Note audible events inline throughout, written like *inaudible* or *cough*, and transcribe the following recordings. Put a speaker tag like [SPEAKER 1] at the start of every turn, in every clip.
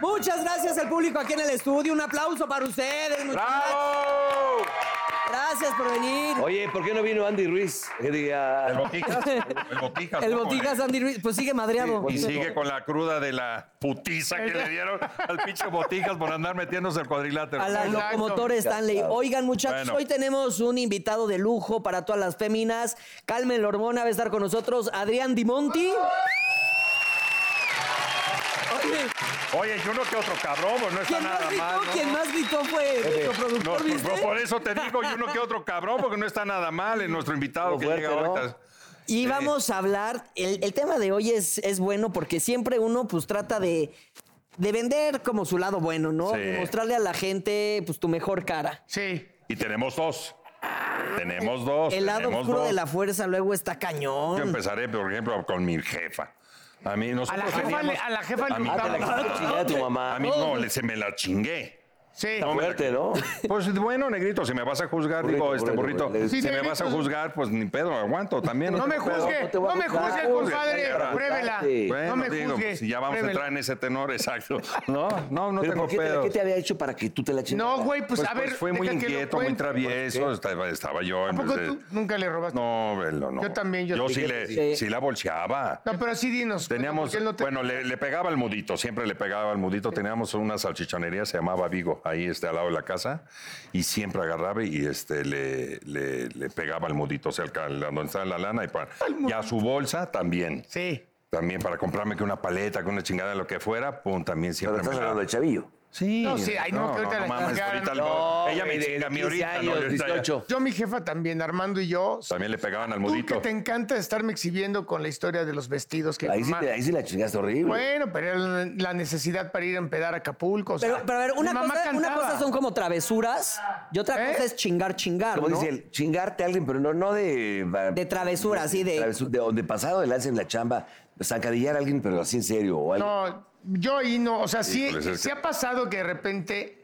[SPEAKER 1] Muchas gracias al público aquí en el estudio. Un aplauso para ustedes, muchachos.
[SPEAKER 2] ¡Bravo!
[SPEAKER 1] Gracias por venir.
[SPEAKER 3] Oye, ¿por qué no vino Andy Ruiz? Que diga, "Ah,
[SPEAKER 2] El Botijas. El Botijas.
[SPEAKER 1] El
[SPEAKER 2] ¿no? Con
[SPEAKER 1] Botigas Andy Ruiz, pues sigue madreado.
[SPEAKER 2] Y sigue con la cruda de la putiza que le dieron al pinche Botijas por andar metiéndose el cuadrilátero.
[SPEAKER 1] A la
[SPEAKER 2] Exacto.
[SPEAKER 1] locomotora Stanley. Oigan, muchachos,
[SPEAKER 2] Bueno.
[SPEAKER 1] hoy tenemos un invitado de lujo para todas las féminas. Carmen la hormona va a estar con nosotros. Adrián Dimonti. Oye,
[SPEAKER 2] Oye, yo no que otro cabrón, pues no está
[SPEAKER 1] quien
[SPEAKER 2] nada
[SPEAKER 1] más gritó,
[SPEAKER 2] mal. ¿no?
[SPEAKER 1] quien más gritó fue nuestro productor,
[SPEAKER 2] No, pues,
[SPEAKER 1] ¿viste?
[SPEAKER 2] no, por eso te digo, y uno que otro cabrón, porque no está nada mal en nuestro invitado
[SPEAKER 3] Estuvo
[SPEAKER 2] que
[SPEAKER 3] fuerte,
[SPEAKER 2] llega
[SPEAKER 3] ¿no?
[SPEAKER 2] ahorita.
[SPEAKER 1] Y vamos a hablar, el, el tema de hoy es, es bueno porque siempre uno pues trata de, de vender como su lado bueno, ¿no?
[SPEAKER 2] Sí.
[SPEAKER 1] De mostrarle a la gente pues tu mejor cara.
[SPEAKER 4] Sí.
[SPEAKER 2] Y tenemos dos. Tenemos dos.
[SPEAKER 1] El lado
[SPEAKER 2] tenemos
[SPEAKER 1] oscuro
[SPEAKER 2] dos.
[SPEAKER 1] de la fuerza luego está
[SPEAKER 2] Yo
[SPEAKER 1] cañón.
[SPEAKER 2] empezaré, por ejemplo, con mi jefa. A mí
[SPEAKER 4] A
[SPEAKER 2] nosotros
[SPEAKER 4] la jefa,
[SPEAKER 2] teníamos-
[SPEAKER 4] le, a la jefa
[SPEAKER 2] a
[SPEAKER 4] le
[SPEAKER 2] mí-
[SPEAKER 4] gustaba.
[SPEAKER 3] Ah, te la chingada de tu mamá.
[SPEAKER 2] A
[SPEAKER 1] Ah,
[SPEAKER 2] mí no, le- se me la chingué.
[SPEAKER 4] Sí.
[SPEAKER 2] No, hombre.
[SPEAKER 3] fuerte, ¿no?
[SPEAKER 2] Pues bueno, negrito, si me vas a juzgar,
[SPEAKER 3] Burrito,
[SPEAKER 2] digo, este
[SPEAKER 3] burrito,
[SPEAKER 2] burrito,
[SPEAKER 3] burrito.
[SPEAKER 4] Sí,
[SPEAKER 2] si me
[SPEAKER 4] negrito.
[SPEAKER 2] vas a juzgar, pues ni Pedro aguanto también.
[SPEAKER 4] No me
[SPEAKER 2] tengo pedo.
[SPEAKER 4] juzgue,
[SPEAKER 3] te voy a
[SPEAKER 4] no me
[SPEAKER 3] juzgar.
[SPEAKER 4] juzgue,
[SPEAKER 2] Juzgue,
[SPEAKER 4] compadre.
[SPEAKER 2] perra.
[SPEAKER 4] Pruébela.
[SPEAKER 3] Sí.
[SPEAKER 2] Bueno,
[SPEAKER 4] No me
[SPEAKER 2] digo, pues,
[SPEAKER 4] juzgue.
[SPEAKER 2] si ya vamos a
[SPEAKER 4] pruébela.
[SPEAKER 2] entrar en ese tenor,
[SPEAKER 4] *laughs*
[SPEAKER 2] exacto. No, no, no
[SPEAKER 3] Pero
[SPEAKER 2] tengo
[SPEAKER 3] ¿por qué, te-
[SPEAKER 2] pedo.
[SPEAKER 3] ¿Qué te había hecho para que tú te la chingaras?
[SPEAKER 4] No, güey, pues, a ver.
[SPEAKER 2] fue muy
[SPEAKER 4] deja que lo
[SPEAKER 2] inquieto, muy
[SPEAKER 4] cuente.
[SPEAKER 2] travieso, estaba, estaba yo.
[SPEAKER 4] ¿A
[SPEAKER 2] en
[SPEAKER 4] poco
[SPEAKER 2] vez de-
[SPEAKER 4] tú nunca le robaste?
[SPEAKER 2] No, Belo, no.
[SPEAKER 4] Yo también, yo
[SPEAKER 2] Yo sí,
[SPEAKER 4] también.
[SPEAKER 2] le,
[SPEAKER 1] Sí.
[SPEAKER 2] sí la bolseaba.
[SPEAKER 4] No, pero sí dinos.
[SPEAKER 2] Teníamos,
[SPEAKER 4] porque él no te-
[SPEAKER 2] bueno, le, le pegaba al mudito, siempre le pegaba al mudito. Teníamos una salchichonería, se llamaba Vigo, ahí este, al lado de la casa, y siempre agarraba y este, le, le- le pegaba al mudito, o sea, al ca- al- donde estaba la lana, y, pa- y a su bolsa también.
[SPEAKER 4] Sí.
[SPEAKER 2] También para comprarme que una paleta, que una chingada, lo que fuera, pum, también
[SPEAKER 3] Pero
[SPEAKER 2] siempre
[SPEAKER 3] estás
[SPEAKER 2] me la-
[SPEAKER 3] hablando de chavillo.
[SPEAKER 2] Sí.
[SPEAKER 4] No, sí, ay, no, que ahorita la
[SPEAKER 2] mames,
[SPEAKER 4] chingaran.
[SPEAKER 2] ahorita
[SPEAKER 3] No,
[SPEAKER 2] lo- Ella me
[SPEAKER 3] güey, de
[SPEAKER 2] chinga a mí
[SPEAKER 3] 15
[SPEAKER 2] ahorita. no,
[SPEAKER 3] años,
[SPEAKER 2] ahorita ya.
[SPEAKER 3] 18.
[SPEAKER 4] Yo, mi jefa también, Armando y yo.
[SPEAKER 2] También le pegaban al
[SPEAKER 4] Tú que
[SPEAKER 2] mudito.
[SPEAKER 4] te encanta estarme exhibiendo con la historia de los vestidos que
[SPEAKER 3] Ahí sí,
[SPEAKER 4] mamá-
[SPEAKER 3] te- ahí sí la chingaste horrible.
[SPEAKER 4] Bueno, pero era la- la necesidad para ir a empedar a Acapulco. o sea,
[SPEAKER 1] Pero, pero a ver,
[SPEAKER 4] mi
[SPEAKER 1] una
[SPEAKER 4] mamá
[SPEAKER 1] cosa, una
[SPEAKER 4] cantaba.
[SPEAKER 1] cosa son como travesuras y otra
[SPEAKER 4] ¿Eh?
[SPEAKER 1] cosa es chingar, chingar,
[SPEAKER 3] Como
[SPEAKER 1] ¿no?
[SPEAKER 3] dice él, chingarte a alguien, pero no, no de.
[SPEAKER 1] De travesura, así de-
[SPEAKER 3] travesu- de, o de pasado de lance en la chamba. Zancadillar a alguien, pero así en serio. O algo.
[SPEAKER 4] No, yo ahí no. O sea, sí,
[SPEAKER 2] Híjole, es
[SPEAKER 4] sí
[SPEAKER 2] que-
[SPEAKER 4] ha pasado que de repente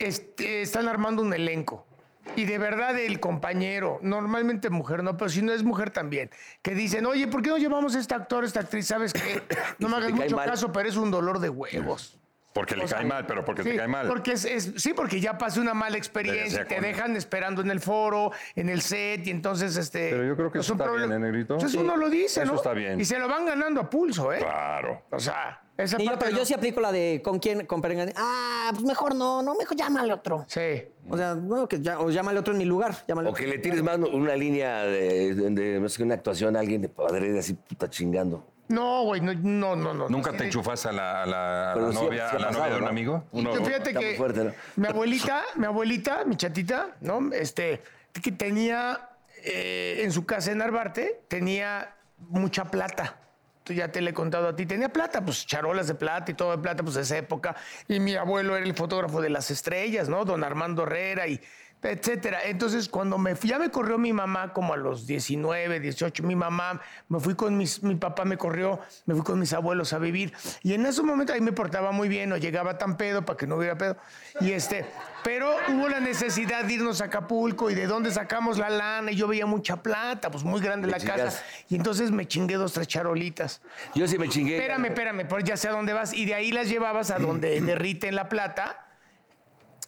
[SPEAKER 4] este, están armando un elenco. Y de verdad el compañero, normalmente mujer, no, pero si no es mujer también, que dicen, oye, ¿por qué no llevamos a este actor, a esta actriz?
[SPEAKER 2] *coughs*
[SPEAKER 4] ¿Sabes qué? No
[SPEAKER 3] te
[SPEAKER 4] me hagas
[SPEAKER 3] cae
[SPEAKER 4] mucho
[SPEAKER 3] mal.
[SPEAKER 4] caso, pero es un dolor de huevos.
[SPEAKER 2] Porque le
[SPEAKER 4] O sea,
[SPEAKER 2] cae mal, pero porque
[SPEAKER 4] sí,
[SPEAKER 2] te cae mal.
[SPEAKER 4] Porque es, es- sí, porque ya pasé una mala experiencia,
[SPEAKER 2] sea
[SPEAKER 4] y te
[SPEAKER 2] con-
[SPEAKER 4] dejan esperando en el foro, en el set, y entonces este.
[SPEAKER 2] Pero yo creo que
[SPEAKER 4] es
[SPEAKER 2] eso
[SPEAKER 4] un
[SPEAKER 2] está
[SPEAKER 4] problema.
[SPEAKER 2] bien, ¿eh, Negrito?
[SPEAKER 4] Entonces
[SPEAKER 2] Sí.
[SPEAKER 4] uno lo dice,
[SPEAKER 2] Eso
[SPEAKER 4] ¿no?
[SPEAKER 2] está bien.
[SPEAKER 4] Y se lo van ganando a pulso, ¿eh?
[SPEAKER 2] Claro.
[SPEAKER 4] O sea, esa
[SPEAKER 1] Ni yo,
[SPEAKER 4] parte
[SPEAKER 1] pero
[SPEAKER 4] no-
[SPEAKER 1] yo sí aplico la de con quién, con Perengan- Ah, pues mejor no, no, mejor llámale otro.
[SPEAKER 4] Sí.
[SPEAKER 1] O sea, no, que ya, o llámale otro en mi lugar. Llámale
[SPEAKER 3] O que le tires más una línea de, de- de- no sé, una actuación a alguien de padre, así puta chingando.
[SPEAKER 4] No, güey, no, no, no, no.
[SPEAKER 2] ¿Nunca
[SPEAKER 4] Sí,
[SPEAKER 2] te
[SPEAKER 4] de-
[SPEAKER 2] enchufas a la, a la- a la
[SPEAKER 3] Pero sí-
[SPEAKER 2] novia,
[SPEAKER 3] sí ha
[SPEAKER 2] a la novia
[SPEAKER 3] pasado,
[SPEAKER 2] de un
[SPEAKER 3] ¿no?
[SPEAKER 2] amigo?
[SPEAKER 4] Yo
[SPEAKER 2] Uno-
[SPEAKER 4] fíjate
[SPEAKER 3] está muy
[SPEAKER 4] que
[SPEAKER 3] fuerte, ¿no?
[SPEAKER 4] mi abuelita, mi abuelita, mi chatita, ¿no? Este, que tenía eh, en su casa en Arbarte, tenía mucha plata. Tú ya te le he contado a ti, tenía plata, pues charolas de plata y todo de plata, pues de esa época. Y mi abuelo era el fotógrafo de las estrellas, ¿no? Don Armando Herrera y etcétera. Entonces, cuando me fui, ya me corrió mi mamá como a los 19, 18, mi mamá, me fui con mis, mi papá me corrió, me fui con mis abuelos a vivir. Y en ese momento ahí me portaba muy bien, no llegaba tan pedo para que no hubiera pedo. Y este, pero hubo la necesidad de irnos a Acapulco y de dónde sacamos la lana. Y yo veía mucha plata, pues muy grande
[SPEAKER 3] Le
[SPEAKER 4] la
[SPEAKER 3] chingas.
[SPEAKER 4] casa. Y entonces me chingué dos, tres charolitas.
[SPEAKER 3] Yo sí me chingué.
[SPEAKER 4] Espérame, espérame, pues ya sé a dónde vas. Y de ahí las llevabas
[SPEAKER 3] *clears throat*
[SPEAKER 4] a donde derriten la plata.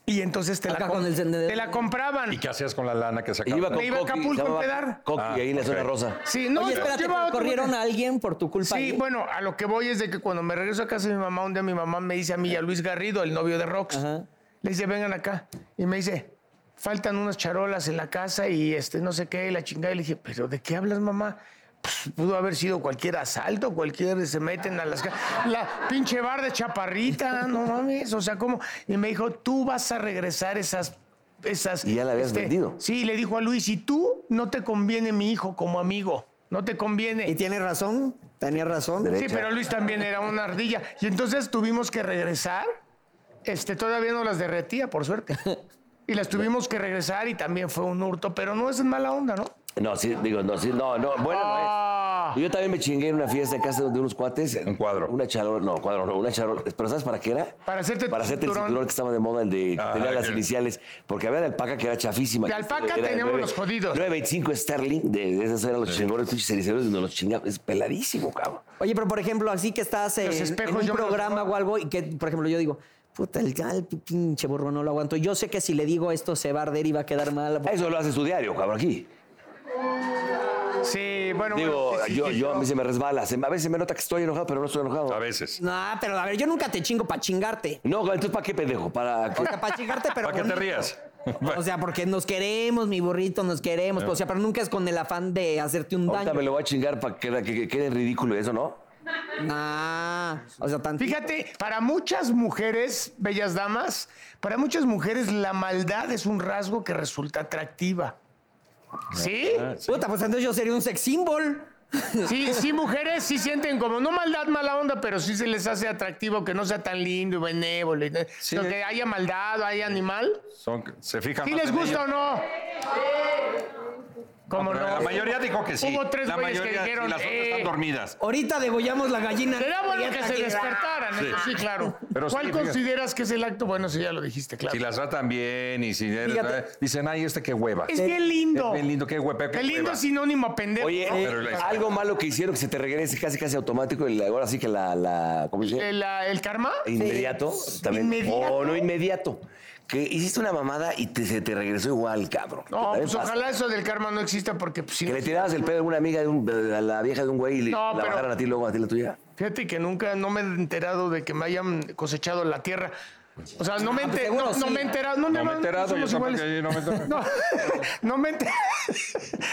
[SPEAKER 4] Y entonces te,
[SPEAKER 1] Acá
[SPEAKER 4] la,
[SPEAKER 1] con el encendedor.
[SPEAKER 4] te la compraban.
[SPEAKER 2] ¿Y qué hacías con la lana que
[SPEAKER 3] Y
[SPEAKER 2] sacabas?
[SPEAKER 3] iba con
[SPEAKER 4] Me iba a
[SPEAKER 3] Coqui,
[SPEAKER 4] Acapulco
[SPEAKER 3] se
[SPEAKER 4] a
[SPEAKER 3] llamaba
[SPEAKER 4] empedar.
[SPEAKER 3] Coqui,
[SPEAKER 2] Ah,
[SPEAKER 3] ahí en la
[SPEAKER 2] ok.
[SPEAKER 3] zona rosa.
[SPEAKER 4] Sí, no,
[SPEAKER 1] Oye,
[SPEAKER 4] pero
[SPEAKER 1] espérate,
[SPEAKER 4] llevaba otro-
[SPEAKER 1] ¿corrieron a alguien por tu culpa?
[SPEAKER 4] Sí,
[SPEAKER 1] ahí?
[SPEAKER 4] bueno, a lo que voy es de que cuando me regreso a casa de mi mamá, un día mi mamá me dice a mí y a Luis Garrido, el novio de Rox,
[SPEAKER 1] Ajá.
[SPEAKER 4] le dice, vengan acá. Y me dice, faltan unas charolas en la casa y este no sé qué, y la chingada. Y le dije, ¿pero de qué hablas, mamá? Pues, pudo haber sido cualquier asalto, cualquier se meten a las ca- La pinche bar de chaparrita,
[SPEAKER 3] *laughs*
[SPEAKER 4] no mames. O sea, ¿cómo? Y me dijo, tú vas a regresar esas. Esas, este,
[SPEAKER 3] Y ya la habías vendido.
[SPEAKER 4] Sí, le dijo a Luis, y tú no te conviene mi hijo como amigo, no te conviene.
[SPEAKER 1] Y tiene razón, tenía razón.
[SPEAKER 3] Derecha.
[SPEAKER 4] Sí, pero Luis también era una ardilla. Y entonces tuvimos que regresar. Este, todavía no las derretía, por suerte. Y las tuvimos que regresar y también fue un hurto, pero no es en mala onda, ¿no?
[SPEAKER 3] No, sí, digo, no, sí, no, no, bueno,
[SPEAKER 4] Ah.
[SPEAKER 3] no es. Yo también me chingué en una fiesta en casa de unos cuates.
[SPEAKER 2] Un cuadro.
[SPEAKER 3] Una charola, no, cuadro no, una charola. Pero ¿sabes para qué era?
[SPEAKER 4] Para hacerte tu
[SPEAKER 3] Para hacerte
[SPEAKER 4] cinturón.
[SPEAKER 3] el cinturón que estaba de moda, el de que
[SPEAKER 2] Ah,
[SPEAKER 3] tenía las
[SPEAKER 2] que-
[SPEAKER 3] iniciales. Porque había de alpaca que era chafísima.
[SPEAKER 4] De alpaca teníamos los jodidos.
[SPEAKER 3] 9.25 sterling, de, de esos eran los chingones, pinches ceniceros, donde los chingamos. Es peladísimo, cabrón.
[SPEAKER 1] Oye, pero por ejemplo, así que estás eh,
[SPEAKER 4] Los
[SPEAKER 1] en,
[SPEAKER 4] espejos,
[SPEAKER 1] en un
[SPEAKER 4] yo me los
[SPEAKER 1] programa
[SPEAKER 4] robo.
[SPEAKER 1] o algo y que, por ejemplo, yo digo, puta, el, ya el pinche burro no lo aguanto. Yo sé que si le digo esto se va a arder y va a quedar mal.
[SPEAKER 3] Eso lo haces tu diario, cabrón, aquí.
[SPEAKER 4] Sí, bueno.
[SPEAKER 3] Digo,
[SPEAKER 4] bueno, sí, sí,
[SPEAKER 3] yo,
[SPEAKER 4] sí,
[SPEAKER 3] yo a
[SPEAKER 4] no.
[SPEAKER 3] mí se me resbala. Se- a veces me nota que estoy enojado, pero no estoy enojado.
[SPEAKER 2] A veces.
[SPEAKER 1] No, pero a ver, yo nunca te chingo para chingarte.
[SPEAKER 3] No, entonces, ¿para qué pendejo? Para
[SPEAKER 1] O
[SPEAKER 4] *laughs*
[SPEAKER 3] que-
[SPEAKER 1] sea, para chingarte, pero.
[SPEAKER 3] *laughs*
[SPEAKER 2] ¿Para qué te
[SPEAKER 1] bonito.
[SPEAKER 2] rías? *laughs*
[SPEAKER 1] O sea, porque nos queremos, mi burrito, nos queremos. O sea, pero nunca es con el afán de hacerte un
[SPEAKER 3] Ahorita
[SPEAKER 1] daño.
[SPEAKER 3] me lo voy a chingar para que, que- que quede ridículo eso, ¿no?
[SPEAKER 1] Nah, o sea, tan.
[SPEAKER 4] Fíjate, para muchas mujeres, bellas damas, para muchas mujeres la maldad es un rasgo que resulta atractiva. ¿Sí?
[SPEAKER 1] Puta, pues entonces yo sería un sex symbol.
[SPEAKER 4] Sí, sí, mujeres sí sienten como, no maldad, mala onda, pero sí se les hace atractivo que no sea tan lindo y benévolo. y- sino que haya maldad, haya animal.
[SPEAKER 2] Son- se fijan.
[SPEAKER 4] ¿Sí
[SPEAKER 2] más
[SPEAKER 4] les
[SPEAKER 2] en
[SPEAKER 4] gusta o
[SPEAKER 2] ellos.
[SPEAKER 4] no? ¿Cómo no?
[SPEAKER 2] La mayoría dijo que sí.
[SPEAKER 4] Hubo tres
[SPEAKER 2] la
[SPEAKER 4] güeyes
[SPEAKER 2] mayoría
[SPEAKER 4] que dijeron,
[SPEAKER 2] y las otras
[SPEAKER 4] eh,
[SPEAKER 2] están dormidas.
[SPEAKER 1] Ahorita degollamos la gallina.
[SPEAKER 4] Sería bueno que
[SPEAKER 1] Ahorita
[SPEAKER 4] se
[SPEAKER 1] que-
[SPEAKER 4] despertaran, eso sí, claro.
[SPEAKER 2] *laughs* Pero sí,
[SPEAKER 4] ¿Cuál
[SPEAKER 2] fíjate.
[SPEAKER 4] consideras que es el acto? Bueno, si ya lo dijiste, claro.
[SPEAKER 2] Si las tratan bien y si eres-
[SPEAKER 1] Fíjate.
[SPEAKER 2] dicen, ay, este qué hueva.
[SPEAKER 4] Es bien lindo.
[SPEAKER 2] Es bien lindo, qué hueva.
[SPEAKER 4] Qué lindo
[SPEAKER 2] hueva.
[SPEAKER 4] sinónimo a pendejo.
[SPEAKER 3] Oye,
[SPEAKER 4] ¿no?
[SPEAKER 3] eh,
[SPEAKER 2] pero la-
[SPEAKER 3] algo malo que hicieron que se te regrese casi casi automático y la- ahora sí que la, la ¿cómo se dice?
[SPEAKER 4] ¿El, ah, el karma?
[SPEAKER 3] ¿e Inmediato. También.
[SPEAKER 4] Inmediato.
[SPEAKER 3] O no inmediato. Que hiciste una mamada y te- se te regresó igual, cabrón. Que
[SPEAKER 4] No,
[SPEAKER 3] también
[SPEAKER 4] pues
[SPEAKER 3] pasa.
[SPEAKER 4] ojalá eso del karma no exista porque pues, si
[SPEAKER 3] Que
[SPEAKER 4] no-
[SPEAKER 3] le tirabas el pedo a una amiga de un- a la vieja de un güey y le-
[SPEAKER 4] No,
[SPEAKER 3] la
[SPEAKER 4] pero-
[SPEAKER 3] bajaran a ti y luego a ti la tuya.
[SPEAKER 4] Fíjate que nunca no me he enterado de que me hayan cosechado la tierra. O sea, no me,
[SPEAKER 1] Ah, pues,
[SPEAKER 4] enter-
[SPEAKER 1] seguro
[SPEAKER 4] no, no
[SPEAKER 1] sí.
[SPEAKER 4] me he enterado. No, mi
[SPEAKER 2] No me he
[SPEAKER 4] hermano,
[SPEAKER 2] enterado,
[SPEAKER 4] somos
[SPEAKER 2] yo tampoco,
[SPEAKER 4] iguales.
[SPEAKER 2] yo no me he
[SPEAKER 4] *laughs*
[SPEAKER 2] enterado.
[SPEAKER 4] No, no me he enterado.